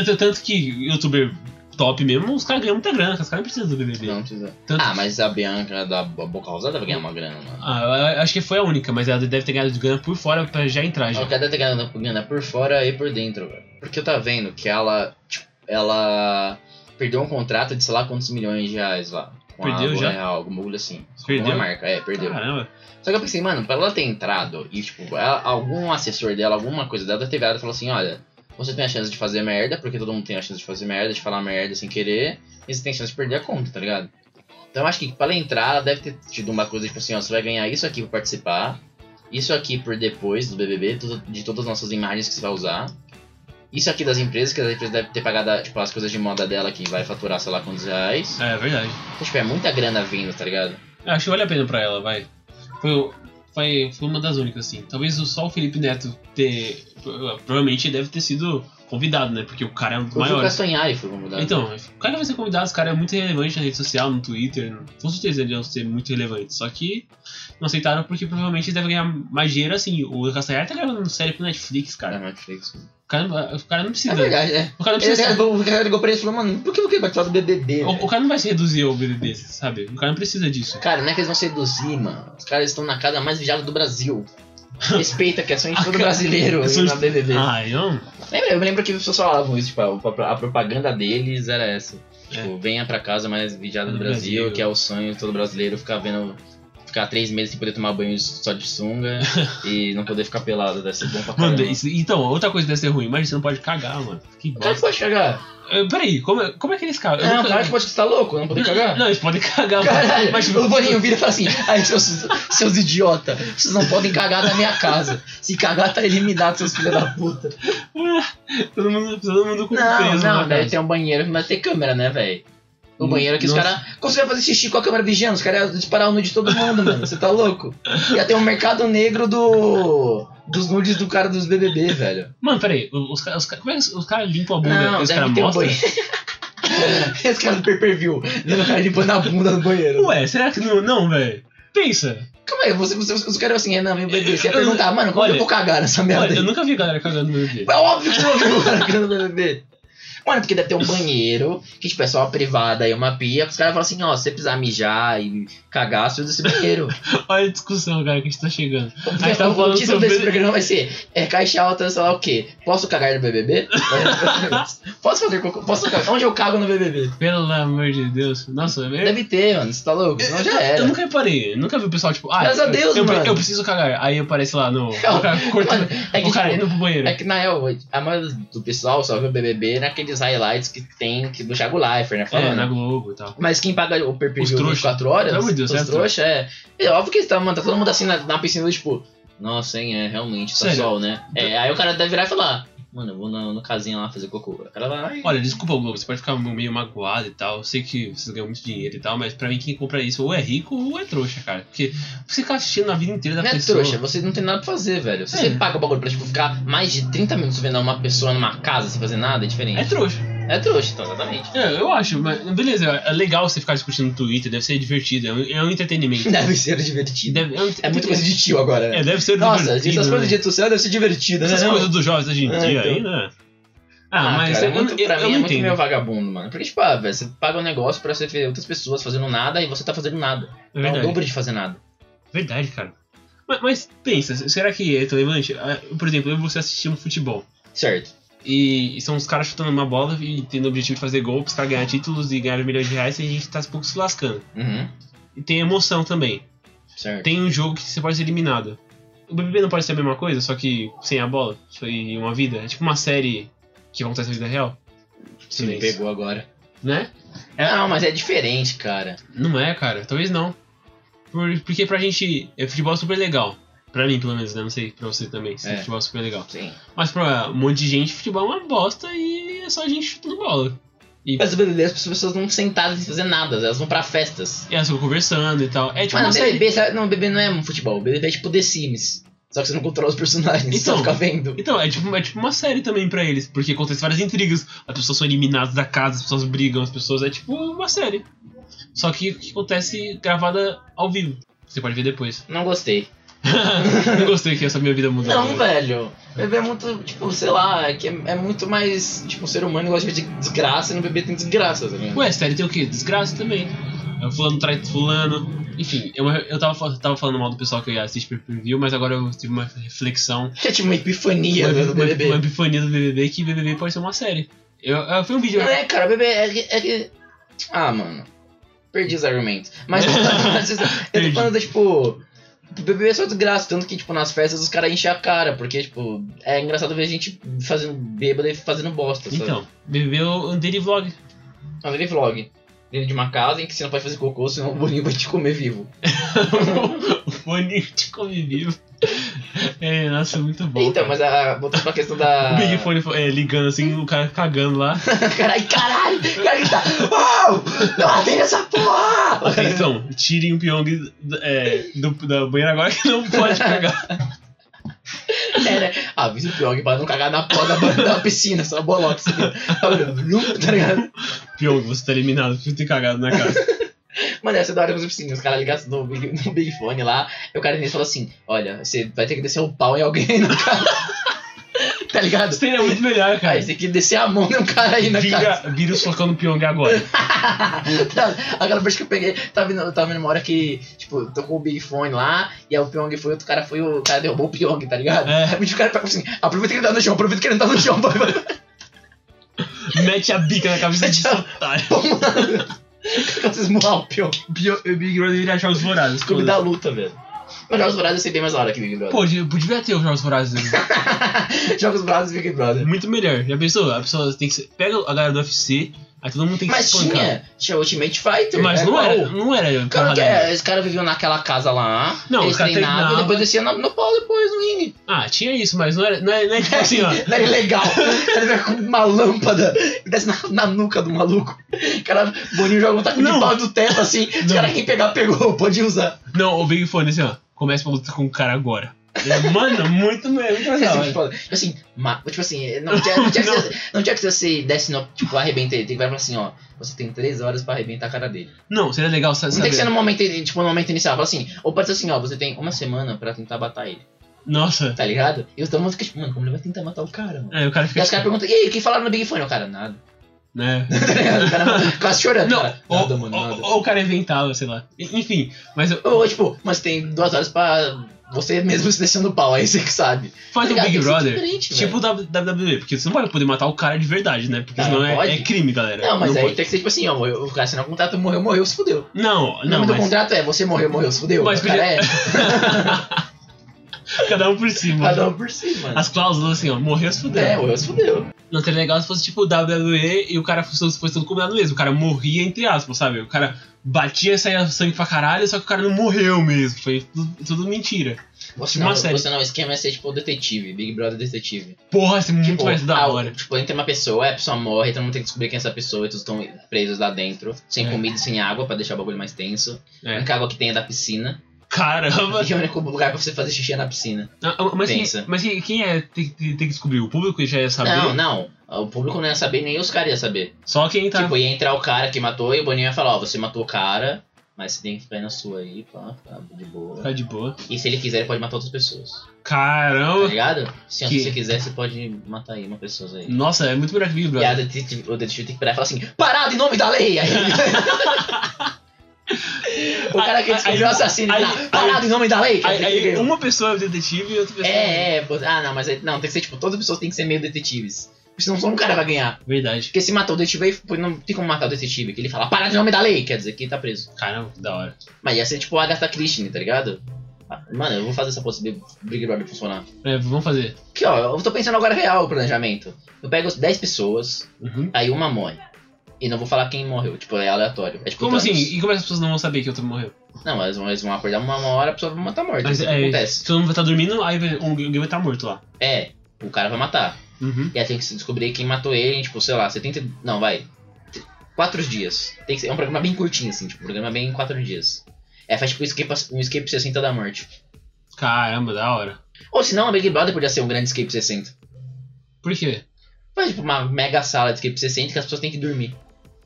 S2: T- Tanto que youtuber top mesmo, os caras ganham muita grana, os caras não precisam do BBB.
S1: Não precisa.
S2: Tanto
S1: Ah, mas a Bianca da Bo- Boca Rosada vai ganhar uma grana, mano.
S2: Ah, eu- eu acho que foi a única, mas ela deve ter ganhado grana por fora pra já entrar. Já.
S1: Ela quer ter ganhado grana por fora e por dentro, velho. Porque eu tava vendo que ela, tipo, ela perdeu um contrato de sei lá quantos milhões de reais lá. Com
S2: Perdeu
S1: a
S2: já?
S1: Real, algum bagulho assim.
S2: Perdeu?
S1: Uma marca, é, perdeu.
S2: Caramba.
S1: Só que eu pensei, mano, pra ela ter entrado e, tipo, ela- algum assessor dela, alguma coisa dela, teve ela e falou assim: olha, você tem a chance de fazer merda, porque todo mundo tem a chance de fazer merda, de falar merda sem querer, e você tem a chance de perder a conta, tá ligado? Então eu acho que pra ela entrar, ela deve ter tido uma coisa, tipo assim: ó, você vai ganhar isso aqui pra participar, isso aqui por depois do BBB, tudo- de todas as nossas imagens que você vai usar. Isso aqui das empresas, que as empresas devem ter pagado tipo, as coisas de moda dela que vai faturar, sei lá, quantos reais.
S2: É, é verdade.
S1: Então, tipo, é muita grana vindo, tá ligado?
S2: Eu acho que vale a pena pra ela, vai. Foi, o- foi, foi uma das únicas, assim. Talvez o- só o Felipe Neto ter. Provavelmente deve ter sido convidado, né? Porque o cara é um dos
S1: Eu fui pra
S2: maiores.
S1: sonhar e fui mudar.
S2: Então, o cara vai ser convidado, esse cara é muito relevante na rede social, no Twitter. no- Com certeza ele deve ser muito relevante. Só que não aceitaram porque provavelmente ele deve ganhar mais dinheiro, assim. O Castanhar tá gravando série pro Netflix,
S1: Na
S2: cara.
S1: É, Netflix.
S2: O cara, o cara não
S1: É
S2: precisa.
S1: verdade, é.
S2: o cara não
S1: Ele
S2: precisa.
S1: ligou, o cara ligou pra ele e falou, mano, por que eu quero participar do BBB?
S2: O,
S1: velho?"
S2: o cara não vai se reduzir ao BBB, sabe? O cara não precisa disso.
S1: Cara, não é que eles vão seduzir, mano. Os caras estão na casa mais vigiada do Brasil. Respeita que é sonho de
S2: A
S1: todo
S2: cara-
S1: brasileiro
S2: Eu sou-
S1: na BBB.
S2: Ah, eu não.
S1: Lembra- Eu me lembro que as pessoas falavam isso, tipo, a, a propaganda deles era essa.
S2: É.
S1: Tipo, venha pra casa mais vigiada do
S2: Do
S1: Brasil,
S2: Brasil.
S1: que é o sonho de todo brasileiro ficar vendo... ficar três meses sem poder tomar banho só de sunga e não poder ficar pelado. Deve ser bom pra
S2: Mano,
S1: caramba.
S2: isso- então, outra coisa deve ser ruim, mas você não pode cagar, mano. Que
S1: Claro que
S2: bosta.
S1: pode cagar.
S2: Eh, Peraí, como, é- como é que eles cagam? Eu
S1: Não,
S2: nunca-
S1: claro que pode estar tá louco, não poder cagar.
S2: Não, eles podem cagar,
S1: Caralho,
S2: mano. Mas, tipo,
S1: o Boninho vira e fala assim: ai, seus, seus idiota, vocês não podem cagar na minha casa. Se cagar, tá eliminado, seus filhos da puta.
S2: todo mundo, todo mundo com
S1: um. Não,
S2: peso né,
S1: não,
S2: na
S1: deve
S2: casa.
S1: ter um banheiro, mas tem câmera, né, velho? O
S2: Hum,
S1: banheiro que os
S2: nossa.
S1: caras. Como você vai fazer xixi com a câmera vigiando? Os caras iam disparar o nude de todo mundo, mano. Você tá louco? Ia ter um mercado negro do. Dos nudes do cara dos BBB, velho.
S2: Mano, peraí, os caras. Os, ca- como é que os- os caras limpam a bunda?
S1: Não,
S2: os
S1: deve
S2: caras
S1: ter um
S2: mostram.
S1: banheiro. Esse cara do pay per view. né, O cara limpando a bunda no banheiro.
S2: Ué, será que não, não velho? Pensa.
S1: Calma aí, você, você, os caras assim, Renan, meu bebê, você ia perguntar, mano, como
S2: Olha,
S1: eu vou cagar nessa merda
S2: Olha, eu
S1: aí?
S2: nunca vi galera cagando no bebê.
S1: É óbvio que eu não vou cagar no bebê. Mano, porque deve ter um banheiro, que tipo, é só uma privada e uma pia, que os caras falam assim, ó, se você precisar mijar e cagar, você usa esse banheiro.
S2: Olha a discussão, cara, que a gente tá chegando.
S1: Porque
S2: A gente tá
S1: o
S2: falando
S1: título desse
S2: sobre.
S1: programa vai ser é, Caixa Alta, sei lá o quê? Posso cagar no BBB? posso fazer cocô? Posso cagar? Onde eu cago no BBB?
S2: Pelo amor de Deus. Nossa, eu,
S1: Deve ter, mano, você tá louco?
S2: eu,
S1: Senão já era.
S2: eu nunca reparei. eu Nunca vi o pessoal, tipo, ah,
S1: Graças a
S2: eu-
S1: Deus,
S2: eu,
S1: mano.
S2: eu preciso cagar. Aí aparece lá
S1: Não,
S2: no. o cara cortando.
S1: mano, é que,
S2: o cara
S1: tipo,
S2: indo pro banheiro.
S1: É que na real, a maioria do pessoal só vê o BBB naqueles highlights que tem que, do Thiago Leifert, né?
S2: É,
S1: Falando.
S2: na Globo e tal.
S1: Mas quem paga o per
S2: Os
S1: view
S2: trouxa.
S1: 24 horas,
S2: Pelo amor de Deus, né,
S1: os
S2: certo?
S1: trouxa, é. É óbvio que eles tá, mano, tá todo mundo assim na, na piscina, tipo, nossa, hein, é realmente, tá
S2: Sério?
S1: sol, né? É, aí o cara deve virar e falar, mano, eu vou no, no casinha lá fazer cocô. O cara vai.
S2: Olha, desculpa, Globo, você pode ficar meio magoado e tal. Eu sei que vocês ganham muito dinheiro e tal, mas pra mim quem compra isso ou é rico ou é trouxa, cara. Porque você fica assistindo a vida inteira da
S1: Não é
S2: pessoa.
S1: trouxa, você não tem nada pra fazer, velho. Se
S2: É.
S1: você paga o bagulho pra tipo, ficar mais de 30 minutos vendo uma pessoa numa casa sem fazer nada, é
S2: É
S1: diferente.
S2: trouxa.
S1: É, trouxa, então, exatamente.
S2: É, eu acho, mas beleza, é legal você ficar discutindo no Twitter, deve ser divertido, é um, é um entretenimento.
S1: Deve ser divertido.
S2: Deve, um-
S1: É muita coisa de tio agora, né?
S2: É, deve ser
S1: Nossa,
S2: divertido.
S1: essas coisas de
S2: né? É,
S1: rede social devem ser divertidas,
S2: Essas
S1: né?
S2: coisas dos jovens hoje em
S1: É,
S2: tá dia
S1: então.
S2: aí, né?
S1: Ah,
S2: Ah, mas
S1: cara, é
S2: eu,
S1: muito,
S2: eu,
S1: pra
S2: eu
S1: mim é
S2: não
S1: muito
S2: entendo.
S1: meio vagabundo, mano. Porque, tipo, ah, velho, você paga um negócio pra você ver outras pessoas fazendo nada e você tá fazendo nada.
S2: É
S1: É o
S2: verdade.
S1: dobro de fazer nada.
S2: Verdade, cara. Mas, mas pensa, será que é relevante? Ah, Por exemplo, eu e você assistindo futebol.
S1: Certo.
S2: E, e são os caras chutando uma bola e tendo o objetivo de fazer gol, os caras ganhar títulos e ganhar milhões de reais e a gente tá um pouco se lascando.
S1: Uhum.
S2: E tem emoção também.
S1: Certo.
S2: Tem um jogo que você pode ser eliminado. O BBB não pode ser a mesma coisa, só que sem a bola tipo, e uma vida. É tipo uma série que acontece na vida real.
S1: Você me
S2: Silêncio.
S1: pegou agora.
S2: Né?
S1: Não, mas é diferente, cara.
S2: Não é, cara. Talvez não. Por- porque pra gente, é futebol é super legal. Pra mim, pelo menos, né? Não sei pra você também. Se
S1: É.
S2: futebol é super legal.
S1: Sim.
S2: Mas pra um monte de gente, futebol é uma bosta e é só gente chutando bola.
S1: Mas o BBB, as pessoas não sentadas sem fazer nada, elas vão pra festas.
S2: E elas ficam conversando e tal. É tipo
S1: Mano,
S2: uma série.
S1: BBB, sabe? não, BBB não é um futebol, BBB é tipo The Sims. Só que você não controla os personagens,
S2: Então.
S1: você só fica vendo.
S2: Então, é tipo, é tipo uma série também pra eles, porque acontece várias intrigas, as pessoas são eliminadas da casa, as pessoas brigam, as pessoas. É tipo uma série. Só que o que acontece gravada ao vivo. Você pode ver depois.
S1: Não gostei.
S2: Não gostei que essa minha vida mudou.
S1: Não, velho. Bebê é muito, tipo, sei lá, é que é, é muito mais. Tipo, o ser humano gosta de desgraça e no bebê tem desgraça, tá ligado?
S2: Ué, série tem o quê? Desgraça também. É, Fulano trai fulano. Enfim, eu, eu tava, fal- tava falando mal do pessoal que assiste per view, mas agora eu tive uma reflexão.
S1: É tipo uma epifania
S2: uma,
S1: do BBB.
S2: uma- uma epifania do BBB que BBB pode ser uma série. Eu, eu, foi um vídeo.
S1: Não é, cara, bebê é que. é que- Ah, mano. Perdi os argumentos. Mas mas eu tô
S2: Perdi.
S1: falando, tipo. O bebê é só desgraça, tanto que, tipo, nas festas os caras enchem a cara, porque, tipo, é engraçado ver gente fazendo bêbada e fazendo bosta, sabe?
S2: Então, BBB é um daily vlog.
S1: Mas ele vlog. Dentro de uma casa em que você não pode fazer cocô, senão o boninho vai te comer vivo.
S2: o Boninho te come vivo. É, nossa, muito bom.
S1: então,
S2: cara.
S1: mas a, voltando pra questão da.
S2: O Big Fone é, ligando assim, o cara cagando lá.
S1: Caralho, caralho! O cara grita, uau! Não atende essa porra!
S2: Atenção, tirem o Pyong é, do, da banheira agora que não pode cagar.
S1: É, né? Avisa o Pyong pra não cagar na porra da, da piscina, só bolota. Assim, tá olhando, tá ligado?
S2: Pyong, você tá eliminado por ter cagado na casa.
S1: Mano, essa é da hora das piscinas. Os caras ligaram no big, no big Fone lá, e o cara deles falou assim: Olha, você vai ter que descer o pau em alguém na cara. tá ligado?
S2: Seria é muito melhor,
S1: Aí
S2: cara.
S1: você tem que descer a mão num cara aí na cara.
S2: Vinga, vira o socão no Pyong agora.
S1: Aquela Tá, vez que eu peguei, tá tava vendo, tava vendo uma hora que, tipo, tocou o Big Fone lá, e aí o Pyong foi, outro cara foi, o cara derrubou o Pyong, tá ligado?
S2: É.
S1: Aí o cara falou assim, aproveita que ele tá no chão, aproveita que ele tá no chão, vai, vai.
S2: Mete a bica na cabeça de otário.
S1: Pô, mano. Quando esmurrar o peão.
S2: Bio- Big Brother iria Jogos Vorazes.
S1: Clube da luta, velho. Mas Jogos Vorazes seria bem mais da hora que Big Brother.
S2: Pô, devia- devia ter os Jogos Vorazes. né? É
S1: Jogos Vorazes e Big Brother.
S2: Muito melhor. Já pensou? A pessoa tem que ser... Pega a galera do UFC, aí todo mundo tem que
S1: Mas
S2: se espancar.
S1: tinha, tinha Ultimate Fighter.
S2: Mas
S1: é
S2: não
S1: igual.
S2: era, não era
S1: Cara, que
S2: porradaria.
S1: é, os caras viviam naquela casa lá,
S2: Não,
S1: eles
S2: os caras
S1: treinavam e
S2: treinavam.
S1: depois desciam na- no pau depois no ringue.
S2: Ah, tinha isso, mas não era, não é, não é tipo assim, ó.
S1: Não era legal. Ele vai com uma lâmpada e desce na, na nuca do maluco. O cara, Boninho joga um taco de
S2: Não.
S1: pau do teto assim. Os
S2: Não.
S1: caras, quem pegar, pegou, pode usar.
S2: Não, o Big Fone assim, ó. Começa pra luta com o cara agora. Ele, Mano, muito, me- muito mais da
S1: Assim,
S2: hora.
S1: tipo, tipo assim, ma- tipo assim, não tinha, não tinha que você, não tinha que você desse, no, tipo, arrebenta ele. Tem que falar assim, ó, você tem três horas pra arrebentar a cara dele.
S2: Não, seria legal sa-
S1: Não tem que ser
S2: saber.
S1: no momento, tipo, no momento inicial. Fala assim, ou pode ser assim, ó, você tem uma semana pra tentar matar ele,
S2: Nossa.
S1: tá ligado? E o Tomão fica tipo, mano, como ele vai tentar matar o cara, mano?
S2: Aí o cara
S1: E
S2: fica.
S1: os caras perguntam, e aí, o que falaram no Big Fone? O cara, nada.
S2: Né?
S1: Tá ligado? O cara quase chorando.
S2: Não,
S1: cara.
S2: ou,
S1: Nada, mano,
S2: ou-
S1: nada.
S2: ou o cara inventava, sei lá. Enfim, mas eu-
S1: Ou, tipo, mas tem duas horas pra você mesmo se deixando pau, aí você que sabe.
S2: faz
S1: Tá
S2: o
S1: ligado?
S2: Big
S1: Tem que ser
S2: Brother.
S1: diferente,
S2: Tipo o WWE, porque você não vai poder matar o cara de verdade, né? Porque
S1: Ah,
S2: senão
S1: não pode?
S2: é, é crime, galera.
S1: velho. Não, mas aí
S2: pode.
S1: tem que ser tipo assim, ó, morreu- o cara assinar o contrato, morreu, morreu, se fudeu.
S2: Não,
S1: o
S2: não,
S1: nome do
S2: mas.
S1: contrato é você morreu, morreu, se fudeu.
S2: Mas
S1: o cara é
S2: Cada um por cima.
S1: cada um por si, mano.
S2: As cláusulas assim, ó, morreu se fudeu.
S1: É, morreu, se fudeu.
S2: Não seria legal se fosse tipo WWE e o cara fosse, fosse todo combinado mesmo. O cara morria, entre aspas, sabe? O cara batia e saía sangue pra caralho, só que o cara não morreu mesmo. Foi tudo, tudo mentira.
S1: Você
S2: Tipo
S1: não,
S2: uma série.
S1: você não, o esquema é ser tipo o detetive, Big Brother detetive.
S2: Porra, isso é muito
S1: Tipo,
S2: mais da
S1: ah,
S2: hora.
S1: Tipo, entra uma pessoa, a pessoa morre, todo mundo tem que descobrir quem é essa pessoa, e todos estão presos lá dentro, sem
S2: É.
S1: comida e sem água, pra deixar o bagulho mais tenso. A
S2: É.
S1: única água que tem é da piscina.
S2: Caramba!
S1: E o único lugar pra você fazer xixi é na piscina.
S2: Ah, ah, Mas,
S1: Pensa.
S2: quem, mas quem- quem é tem, tem- tem que descobrir? O público já ia saber?
S1: Não, não. O público não ia saber, nem os caras iam saber.
S2: Só quem tá.
S1: Tipo, ia entrar o cara que matou e o Boninho ia falar, ó, você matou o cara, mas você tem que ficar aí na sua aí, pá, tá de boa.
S2: Tá de boa.
S1: E se ele quiser, ele pode matar outras pessoas. Tá
S2: Caramba!
S1: ligado? Sim, ó,
S2: Oh. Que-
S1: se você quiser, você pode matar aí uma pessoa aí.
S2: Nossa, é muito melhor que Big
S1: E a
S2: Brother.
S1: detetive, o detetive tem que parar e falar assim, parado em nome da lei! Aí... o cara que
S2: Aí-
S1: descobriu o
S2: aí-
S1: assassino,
S2: aí-
S1: não, parado em nome da lei!
S2: Aí, aí
S1: é,
S2: uma pessoa é o detetive e outra pessoa.
S1: é, pô, ah não, mas aí, não, tem que ser tipo, todas as pessoas têm que ser meio detetives. Porque Senão só um cara vai ganhar.
S2: Verdade.
S1: Porque se matar o detetive, aí, pô, não tem como matar o detetive, que ele fala, para de nome da lei, quer dizer que ele tá preso.
S2: Caramba, que da hora.
S1: Mas ia ser tipo a Agatha Christie, tá ligado? Ah, Mano, eu vou fazer essa possibilidade do Big Brother funcionar.
S2: É, vamos fazer.
S1: Aqui, ó, eu tô pensando agora real o planejamento. Eu pego as 10 pessoas,
S2: Uhum.
S1: aí uma morre. E não vou falar quem morreu, tipo, é aleatório. É tipo
S2: Como assim?
S1: Thanos.
S2: E como é que as pessoas não vão saber que outro morreu?
S1: Não, eles vão, eles vão acordar uma hora, a pessoa vai matar morta.
S2: Mas
S1: Isso
S2: é,
S1: acontece.
S2: se todo mundo vai estar dormindo, aí vai- um- alguém vai estar morto lá.
S1: É, o cara vai matar.
S2: Uhum.
S1: E aí tem que se descobrir quem matou ele, em, tipo, sei lá, 70. Não, vai. Quatro dias. Tem que ser, é um programa bem curtinho, assim, tipo, um programa bem em quatro dias. É, faz tipo um escape, um escape 60 da morte.
S2: Caramba, da hora.
S1: Ou se não, a Big Brother podia ser um grande escape 60.
S2: Por quê?
S1: Faz tipo uma mega sala de escape 60 que as pessoas têm que dormir.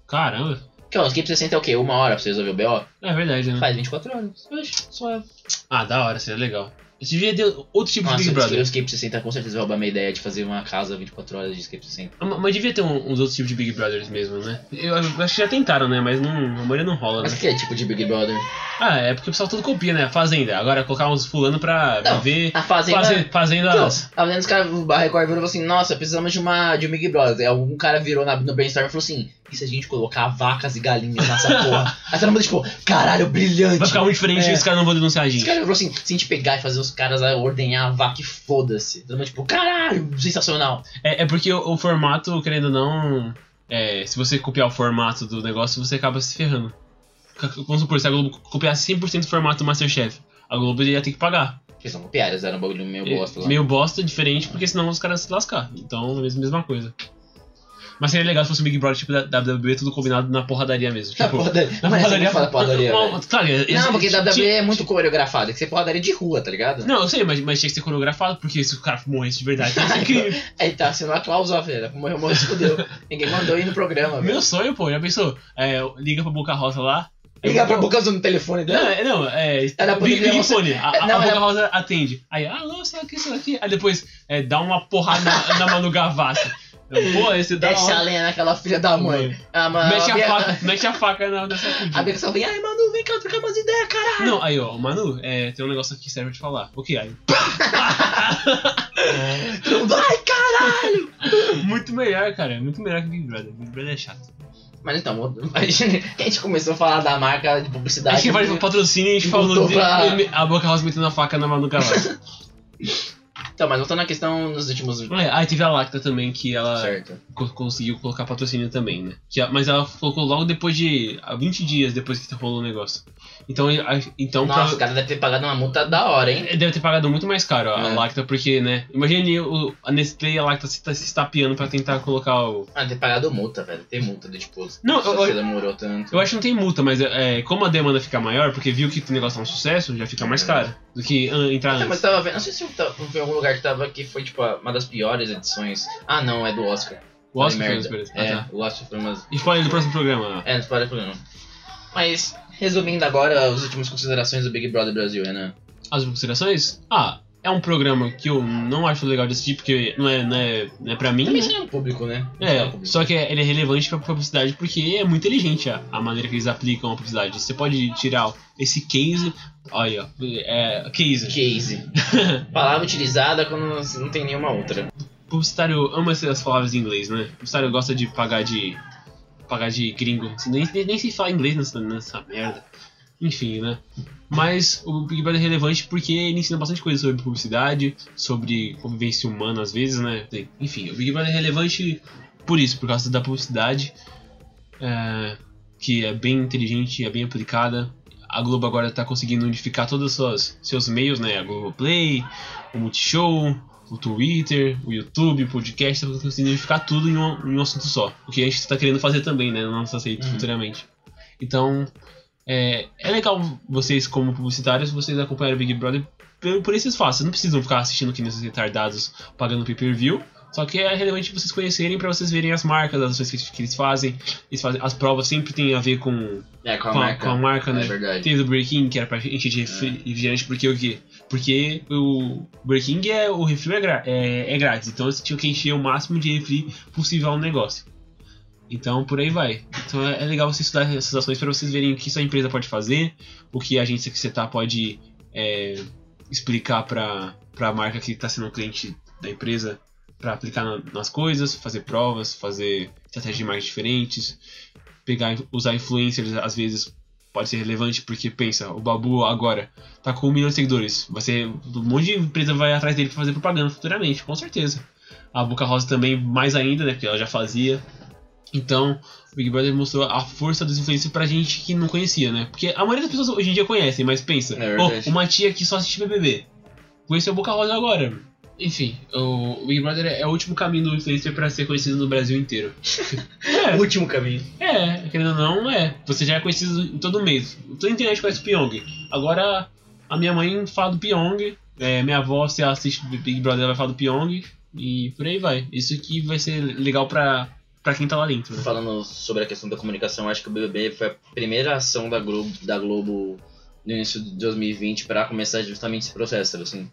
S2: Caramba.
S1: Que ó, escape 60 é o quê? Uma hora pra você resolver o BO?
S2: É verdade, né?
S1: Faz 24 horas. Oxe, suave.
S2: Ah, da hora, seria legal. Esse devia ter outro tipo de
S1: Nossa,
S2: Big
S1: o
S2: Brother.
S1: escape 60 com certeza vai roubar a minha ideia de fazer uma casa 24 horas de escape 60.
S2: Ah, ma- Mas devia ter um- uns outros tipos de Big Brothers mesmo, né? Eu a- acho que já tentaram, né? Mas não, a maioria não rola,
S1: Mas
S2: né?
S1: o que é tipo de Big Brother?
S2: Ah, é porque o pessoal todo copia, né? Fazenda. Agora colocar uns fulano pra pra
S1: Não,
S2: ver.
S1: A fazenda.
S2: Fazenda. Fazenda.
S1: Então, a vendo os caras do Barra Record virou e falou assim, nossa, precisamos de uma de um Big Brother. Aí algum cara virou na, no brainstorm e falou assim, e se a gente colocar vacas e galinhas nessa porra? Aí todo mundo tipo, caralho, brilhante.
S2: Vai ficar muito diferente
S1: É.
S2: e os caras não vão denunciar a
S1: Os
S2: gente.
S1: caras falou assim, se a gente pegar e fazer os caras ordenhar a vaca e foda-se. Todo mundo tipo, caralho, sensacional.
S2: É, é porque o, o formato, querendo ou não, é, se você copiar o formato do negócio, você acaba se ferrando. C- Vamos supor, se a Globo copiar 100% do formato do Masterchef, a Globo ia ter que pagar.
S1: Eles são piadas, era um bagulho meio
S2: É,
S1: bosta lá.
S2: Meio bosta, diferente, porque senão os caras se lascar. Então, é a mesma coisa. Mas seria legal se fosse o Big Brother, tipo, da WWE, tudo combinado na porradaria mesmo.
S1: Na
S2: Tipo,
S1: porradaria. Tá Mas você não é assim fala porradaria,
S2: Não,
S1: velho.
S2: claro, eles-
S1: Não, porque
S2: tinha-
S1: WWE é muito coreografado, é que você é porradaria de rua, tá ligado?
S2: Não, eu sei, mas, mas tinha que ser coreografado, porque se o cara morresse de verdade, ia ser incrível.
S1: Aí tá sendo a cláusula, velho. Morreu, morreu, se fudeu. Ninguém mandou ir no programa, velho.
S2: Meu sonho, pô, já pensou? É, liga pra Boca Rosa lá.
S1: Ligar pra boca no telefone né? dela.
S2: Não, é- não, é.
S1: Era pra
S2: Big,
S1: ligar
S2: Big
S1: você-
S2: Fone. A, a-
S1: Não,
S2: a Boca
S1: era-
S2: Rosa atende. Aí, alô, sei lá o que, sei lá o que. Aí depois é, dá uma porrada na, na Manu Gavassi. Pô, esse dá
S1: Desce a
S2: uma.
S1: lenha naquela filha da mãe. Ah, mano,
S2: Mete
S1: a
S2: a,
S1: Bia-
S2: faca, mete a faca na nessa
S1: A
S2: cudinha.
S1: Bia só vem, ai, Manu, vem cá trocar umas ideias, cara.
S2: Não, aí, ó, Manu, é, tem um negócio aqui sério pra te falar. O que? Aí,
S1: Todo mundo, ai, caralho.
S2: muito melhor, cara. Muito melhor que Big Brother. Big Brother é chato.
S1: Mas então, a gente, a gente começou a falar da marca de publicidade.
S2: Acho que vai
S1: né?
S2: pro um patrocínio e a gente falou
S1: Voltou
S2: de,
S1: pra-
S2: a Boca Rosa metendo a faca na Manu Gavassi.
S1: Então, mas voltando à questão nos últimos.
S2: É, Aí teve a Lacta também, que
S1: Ah,
S2: ela
S1: Certo.
S2: co- conseguiu colocar patrocínio também, né? Que a- mas ela colocou logo depois de. há 20 dias depois que rolou o negócio. Então, a- então
S1: Nossa,
S2: prova-
S1: o cara deve ter pagado uma multa da hora, hein?
S2: Deve ter pagado muito mais caro a
S1: É.
S2: Lacta, porque, né? Imagine o, a Nestlé e a Lacta se, ta- se estapeando pra tentar colocar o.
S1: Ah, deve ter pagado multa, velho. Tem multa do tipo.
S2: Não, eu-
S1: se você demorou tanto.
S2: Eu acho que não tem multa, mas é, como a demanda fica maior, porque viu que o negócio é um sucesso, já fica mais caro do que ah, entrar
S1: É,
S2: antes.
S1: mas tava vendo. Não sei se eu tava- eu vi em algum lugar que tava que foi, tipo, uma das piores edições. Ah, não, é do Oscar.
S2: O Oscar
S1: Falei
S2: fez
S1: merda.
S2: isso pra ele.
S1: É,
S2: Ah, tá.
S1: o Oscar foi umas.
S2: E fora do próximo programa.
S1: É, não para problema. Mas, resumindo agora as últimas considerações do Big Brother Brasil, Renan.
S2: As considerações? Ah, é um programa que eu não acho legal de assistir, porque não é, não é, não é pra mim.
S1: Também
S2: né?
S1: isso não é um público, né? Não um
S2: É,
S1: público.
S2: só que ele é relevante pra publicidade porque é muito inteligente a, a maneira que eles aplicam a publicidade. Você pode tirar esse case. Olha, ó, é, case.
S1: Case. Palavra utilizada quando não tem nenhuma outra.
S2: Publicitário ama essas palavras em inglês, né? Publicitário gosta de pagar de. pagar de gringo. Nem, nem, nem se fala inglês nessa, nessa merda. Enfim, né? Mas o Big Brother é relevante porque ele ensina bastante coisa sobre publicidade, sobre convivência humana às vezes, né? Tem- Enfim, o Big Brother é relevante por isso, por causa da publicidade, é, que é bem inteligente, é bem aplicada. A Globo agora tá conseguindo unificar todos os seus, seus meios, né? A Globoplay, o Multishow, o Twitter, o YouTube, o podcast, tá conseguindo unificar tudo em um, em um assunto só. O que a gente tá querendo fazer também, né? Nas nossas redes
S1: Uhum.
S2: futuramente. Então, é, é legal vocês, como publicitários, vocês acompanharem o Big Brother por, por esses fatos. Vocês não precisam ficar assistindo que nesses retardados pagando pay-per-view. Só que é relevante vocês conhecerem pra vocês verem as marcas, as ações que, que eles fazem. Eles fazem. As provas sempre tem a ver com,
S1: É, com
S2: com,
S1: a
S2: a,
S1: marca.
S2: com a marca, né?
S1: É verdade.
S2: Teve o Breaking, que era pra gente de refri- refrigerante, porque o quê? Porque o Breaking é o refri é, gra- é- é grátis, então eles tinham que encher o máximo de refri possível no negócio. Então por aí vai. Então é é legal você estudar essas ações pra vocês verem o que sua empresa pode fazer, o que a agência que você tá pode é, explicar pra pra marca que tá sendo cliente da empresa pra aplicar na- nas coisas, fazer provas, fazer estratégias de marketing diferentes, pegar usar influencers às vezes pode ser relevante, porque pensa, o Babu agora tá com um milhão de seguidores. Vai ser. Um monte de empresa vai atrás dele pra fazer propaganda futuramente, com certeza. A Boca Rosa também, mais ainda, né? Porque ela já fazia. Então, o Big Brother mostrou a força dos influencers pra gente que não conhecia, né? Porque a maioria das pessoas hoje em dia conhecem, mas pensa,
S1: É
S2: "Pô,
S1: verdade.
S2: uma tia que só assiste BBB. Conheceu a Boca Rosa agora. Enfim, o Big Brother é o último caminho do influencer pra ser conhecido no Brasil inteiro. é,
S1: Último caminho.
S2: é, querendo ou não, é. Você já é conhecido em todo mês. Toda a internet conhece o Pyong. Agora, a minha mãe fala do Pyong. é, minha avó, se ela assiste Big Brother, ela vai falar do Pyong. E por aí vai. Isso aqui vai ser legal pra, pra quem tá lá dentro. Né?
S1: Falando sobre a questão da comunicação, acho que o BBB foi a primeira ação da Globo, da Globo no início de 2020 pra começar justamente esse processo, sabe assim?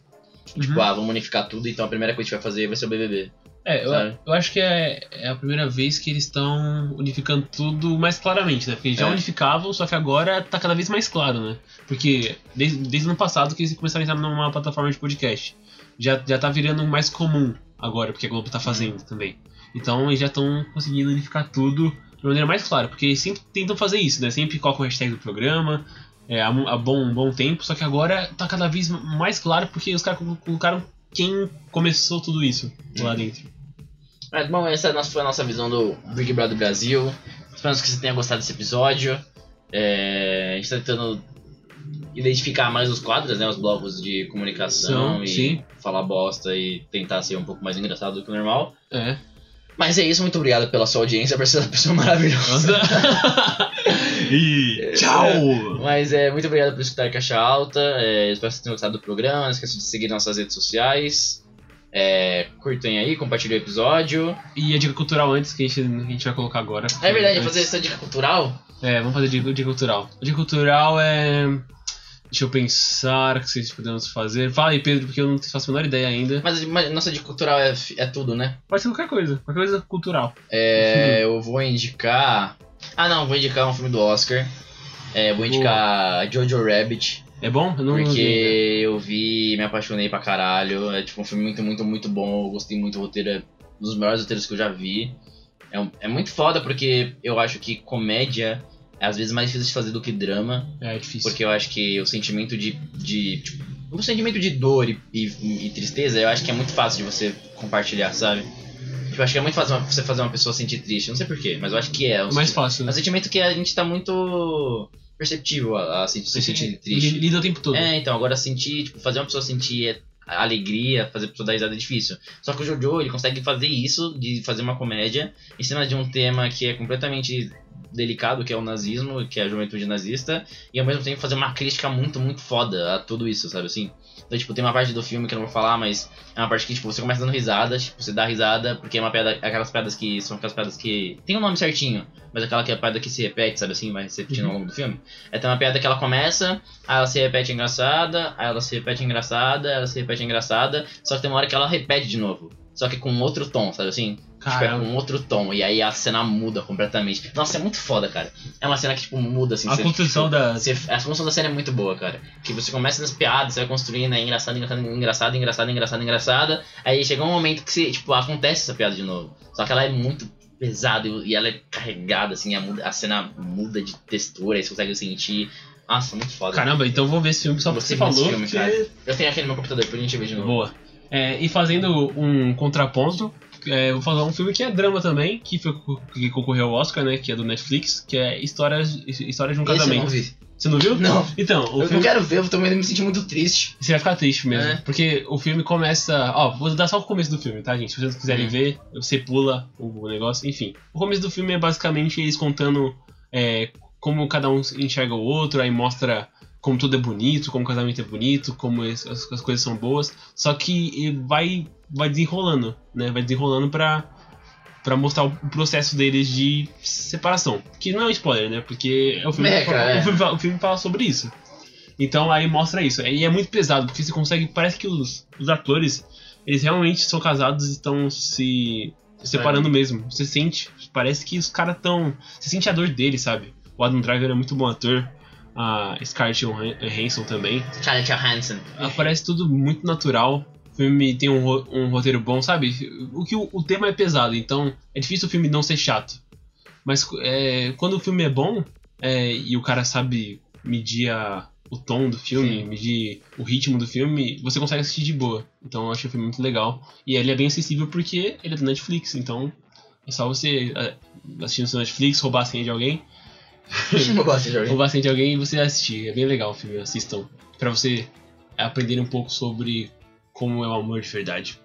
S1: Tipo,
S2: Uhum.
S1: ah, vamos unificar tudo, então a primeira coisa que a gente vai fazer vai ser o BBB.
S2: É, eu,
S1: Sabe?
S2: eu acho que é, é a primeira vez que eles estão unificando tudo mais claramente, né? Porque já
S1: É.
S2: unificavam, só que agora tá cada vez mais claro, né? Porque desde, desde o ano passado que eles começaram a entrar numa plataforma de podcast. Já, já tá virando mais comum agora, porque a Globo tá fazendo também. Então eles já estão conseguindo unificar tudo de maneira mais clara, porque eles sempre tentam fazer isso, né? Sempre colocam o hashtag do programa, é, há, mu- há bom, um bom tempo, só que agora tá cada vez mais claro, porque os caras colo- colocaram quem começou tudo isso lá dentro.
S1: Mas bom, essa é a nossa- foi a nossa visão do Big Brother Brasil. Esperamos que você tenha gostado desse episódio. É, a gente tá tentando identificar mais os quadros, né? Os blocos de comunicação
S2: São,
S1: e
S2: sim.
S1: falar bosta e tentar ser um pouco mais engraçado do que o normal.
S2: É.
S1: Mas é isso, muito obrigado pela sua audiência, por ser uma pessoa maravilhosa.
S2: e tchau!
S1: Mas é, muito obrigado por escutar Caixa Alta. É, espero que vocês tenham gostado do programa. Não esqueçam de seguir nossas redes sociais. É, curtem aí, compartilhem o episódio.
S2: E a dica cultural antes que a gente, a gente vai colocar agora.
S1: É verdade,
S2: Antes-
S1: fazer essa dica cultural
S2: É, vamos fazer dica, dica cultural. A dica cultural é. Deixa eu pensar o que vocês podemos fazer. Fala aí, Pedro, porque eu não faço a menor ideia ainda.
S1: Mas, mas nossa dica cultural é, fi- é tudo, né?
S2: Pode ser qualquer coisa, qualquer coisa cultural.
S1: É, eu vou indicar. Ah, não, vou indicar um filme do Oscar. É, vou indicar Jojo Rabbit,
S2: É bom? Eu não não vi ainda.
S1: porque eu vi e me apaixonei pra caralho. É tipo um filme muito, muito, muito bom. Eu gostei muito do roteiro, é um dos melhores roteiros que eu já vi. É, um- é muito foda porque eu acho que comédia é às vezes mais difícil de fazer do que drama.
S2: É difícil.
S1: Porque eu acho que o sentimento de. de tipo, o sentimento de dor e, e- e tristeza, eu acho que é muito fácil de você compartilhar, sabe? Tipo, eu acho que é muito fácil uma- você fazer uma pessoa sentir triste. Eu Não sei porquê, mas eu acho que é. um
S2: Mais
S1: senti-
S2: fácil,
S1: é um
S2: né?
S1: sentimento que a gente tá muito perceptível a, a se, se sentir triste.
S2: Ele Lida o tempo todo.
S1: É, então, agora sentir, tipo, fazer uma pessoa sentir é, a alegria, fazer a pessoa dar risada é difícil. Só que o Jojo, ele consegue fazer isso, de fazer uma comédia, em cima de um tema que é completamente delicado, que é o nazismo, que é a juventude nazista, e ao mesmo tempo fazer uma crítica muito, muito foda a tudo isso, sabe assim? Então, tipo, tem uma parte do filme que eu não vou falar, mas é uma parte que, tipo, você começa dando risada, tipo, você dá risada, porque é uma piada, aquelas piadas que são aquelas piadas que tem um nome certinho, mas aquela que é a piada que se repete, sabe assim, vai se repetindo
S2: Uhum.
S1: ao longo do filme. É tem uma piada que ela começa, Aí ela se repete engraçada, aí ela se repete engraçada, ela se repete engraçada, só que tem uma hora que ela repete de novo. Só que com outro tom, sabe assim? Tipo, é
S2: Caramba.
S1: com outro tom. E aí a cena muda completamente. Nossa, é muito foda, cara. É uma cena que, tipo, muda, assim.
S2: A
S1: você-
S2: construção da.
S1: você- a construção da cena é muito boa, cara. Que você começa nas piadas, você vai construindo, é engraçado, engraçado, engraçado, engraçado, engraçado, engraçado. Aí chega um momento que você, tipo, acontece essa piada de novo. Só que ela é muito pesada e e ela é carregada, assim, a, muda- a cena muda de textura, aí você consegue sentir. Nossa, muito foda.
S2: Caramba, então vou ver esse filme só porque
S1: Você
S2: você
S1: viu esse
S2: falou.
S1: filme,
S2: porque-
S1: cara? Eu tenho aquele no meu computador, pra gente ver de novo.
S2: Boa. É, e fazendo um contraponto, é, vou falar um filme que é drama também, que, foi, que concorreu ao Oscar, né? Que é do Netflix, que é Histórias, Histórias de um
S1: Esse eu
S2: Casamento.
S1: não vi.
S2: Você não viu?
S1: Não.
S2: Então, o
S1: Eu não
S2: filme.
S1: quero ver, eu tô meio- me sentindo muito triste.
S2: Você vai ficar triste mesmo.
S1: É.
S2: Porque o filme começa. Ó, vou dar só o começo do filme, tá, gente? Se vocês quiserem
S1: Hum.
S2: ver, você pula o negócio, enfim. O começo do filme é basicamente eles contando é, como cada um enxerga o outro, aí mostra como tudo é bonito, como o casamento é bonito, como es- as, as coisas são boas. Só que e vai, vai desenrolando, né? Vai desenrolando pra, pra mostrar o processo deles de separação. Que não é um spoiler, né? Porque é o filme,
S1: É, cara, é.
S2: o filme, fala- o filme fala sobre isso. Então aí mostra isso. E é muito pesado, porque você consegue. Parece que os, os atores, eles realmente são casados e estão se
S1: É.
S2: separando mesmo. Você sente. Parece que os caras estão. Você sente a dor deles, sabe? O Adam Driver é muito bom ator. A Scarlett Johan- Johansson também.
S1: Scarlett Johansson.
S2: Ah, Parece tudo muito natural. O filme tem um, ro- um roteiro bom, sabe? O que o, o tema é pesado, então é difícil o filme não ser chato. Mas é, quando o filme é bom é, e o cara sabe medir a- o tom do filme,
S1: Sim.
S2: medir o ritmo do filme, você consegue assistir de boa. Então eu achei o filme muito legal. E ele é bem acessível porque ele é do Netflix, então é só você é, assistir no seu Netflix, roubar a senha de alguém
S1: Eu não gosto de jogar.
S2: ou bastante alguém e você assistir. É bem legal o filme, assistam. Pra você aprender um pouco sobre como é o amor de verdade.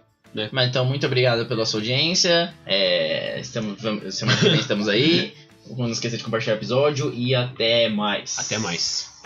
S1: Mas então, muito obrigado pela sua audiência. É, estamos, vamos- semana que vem estamos aí. Não esqueça de compartilhar o episódio e até mais.
S2: Até mais.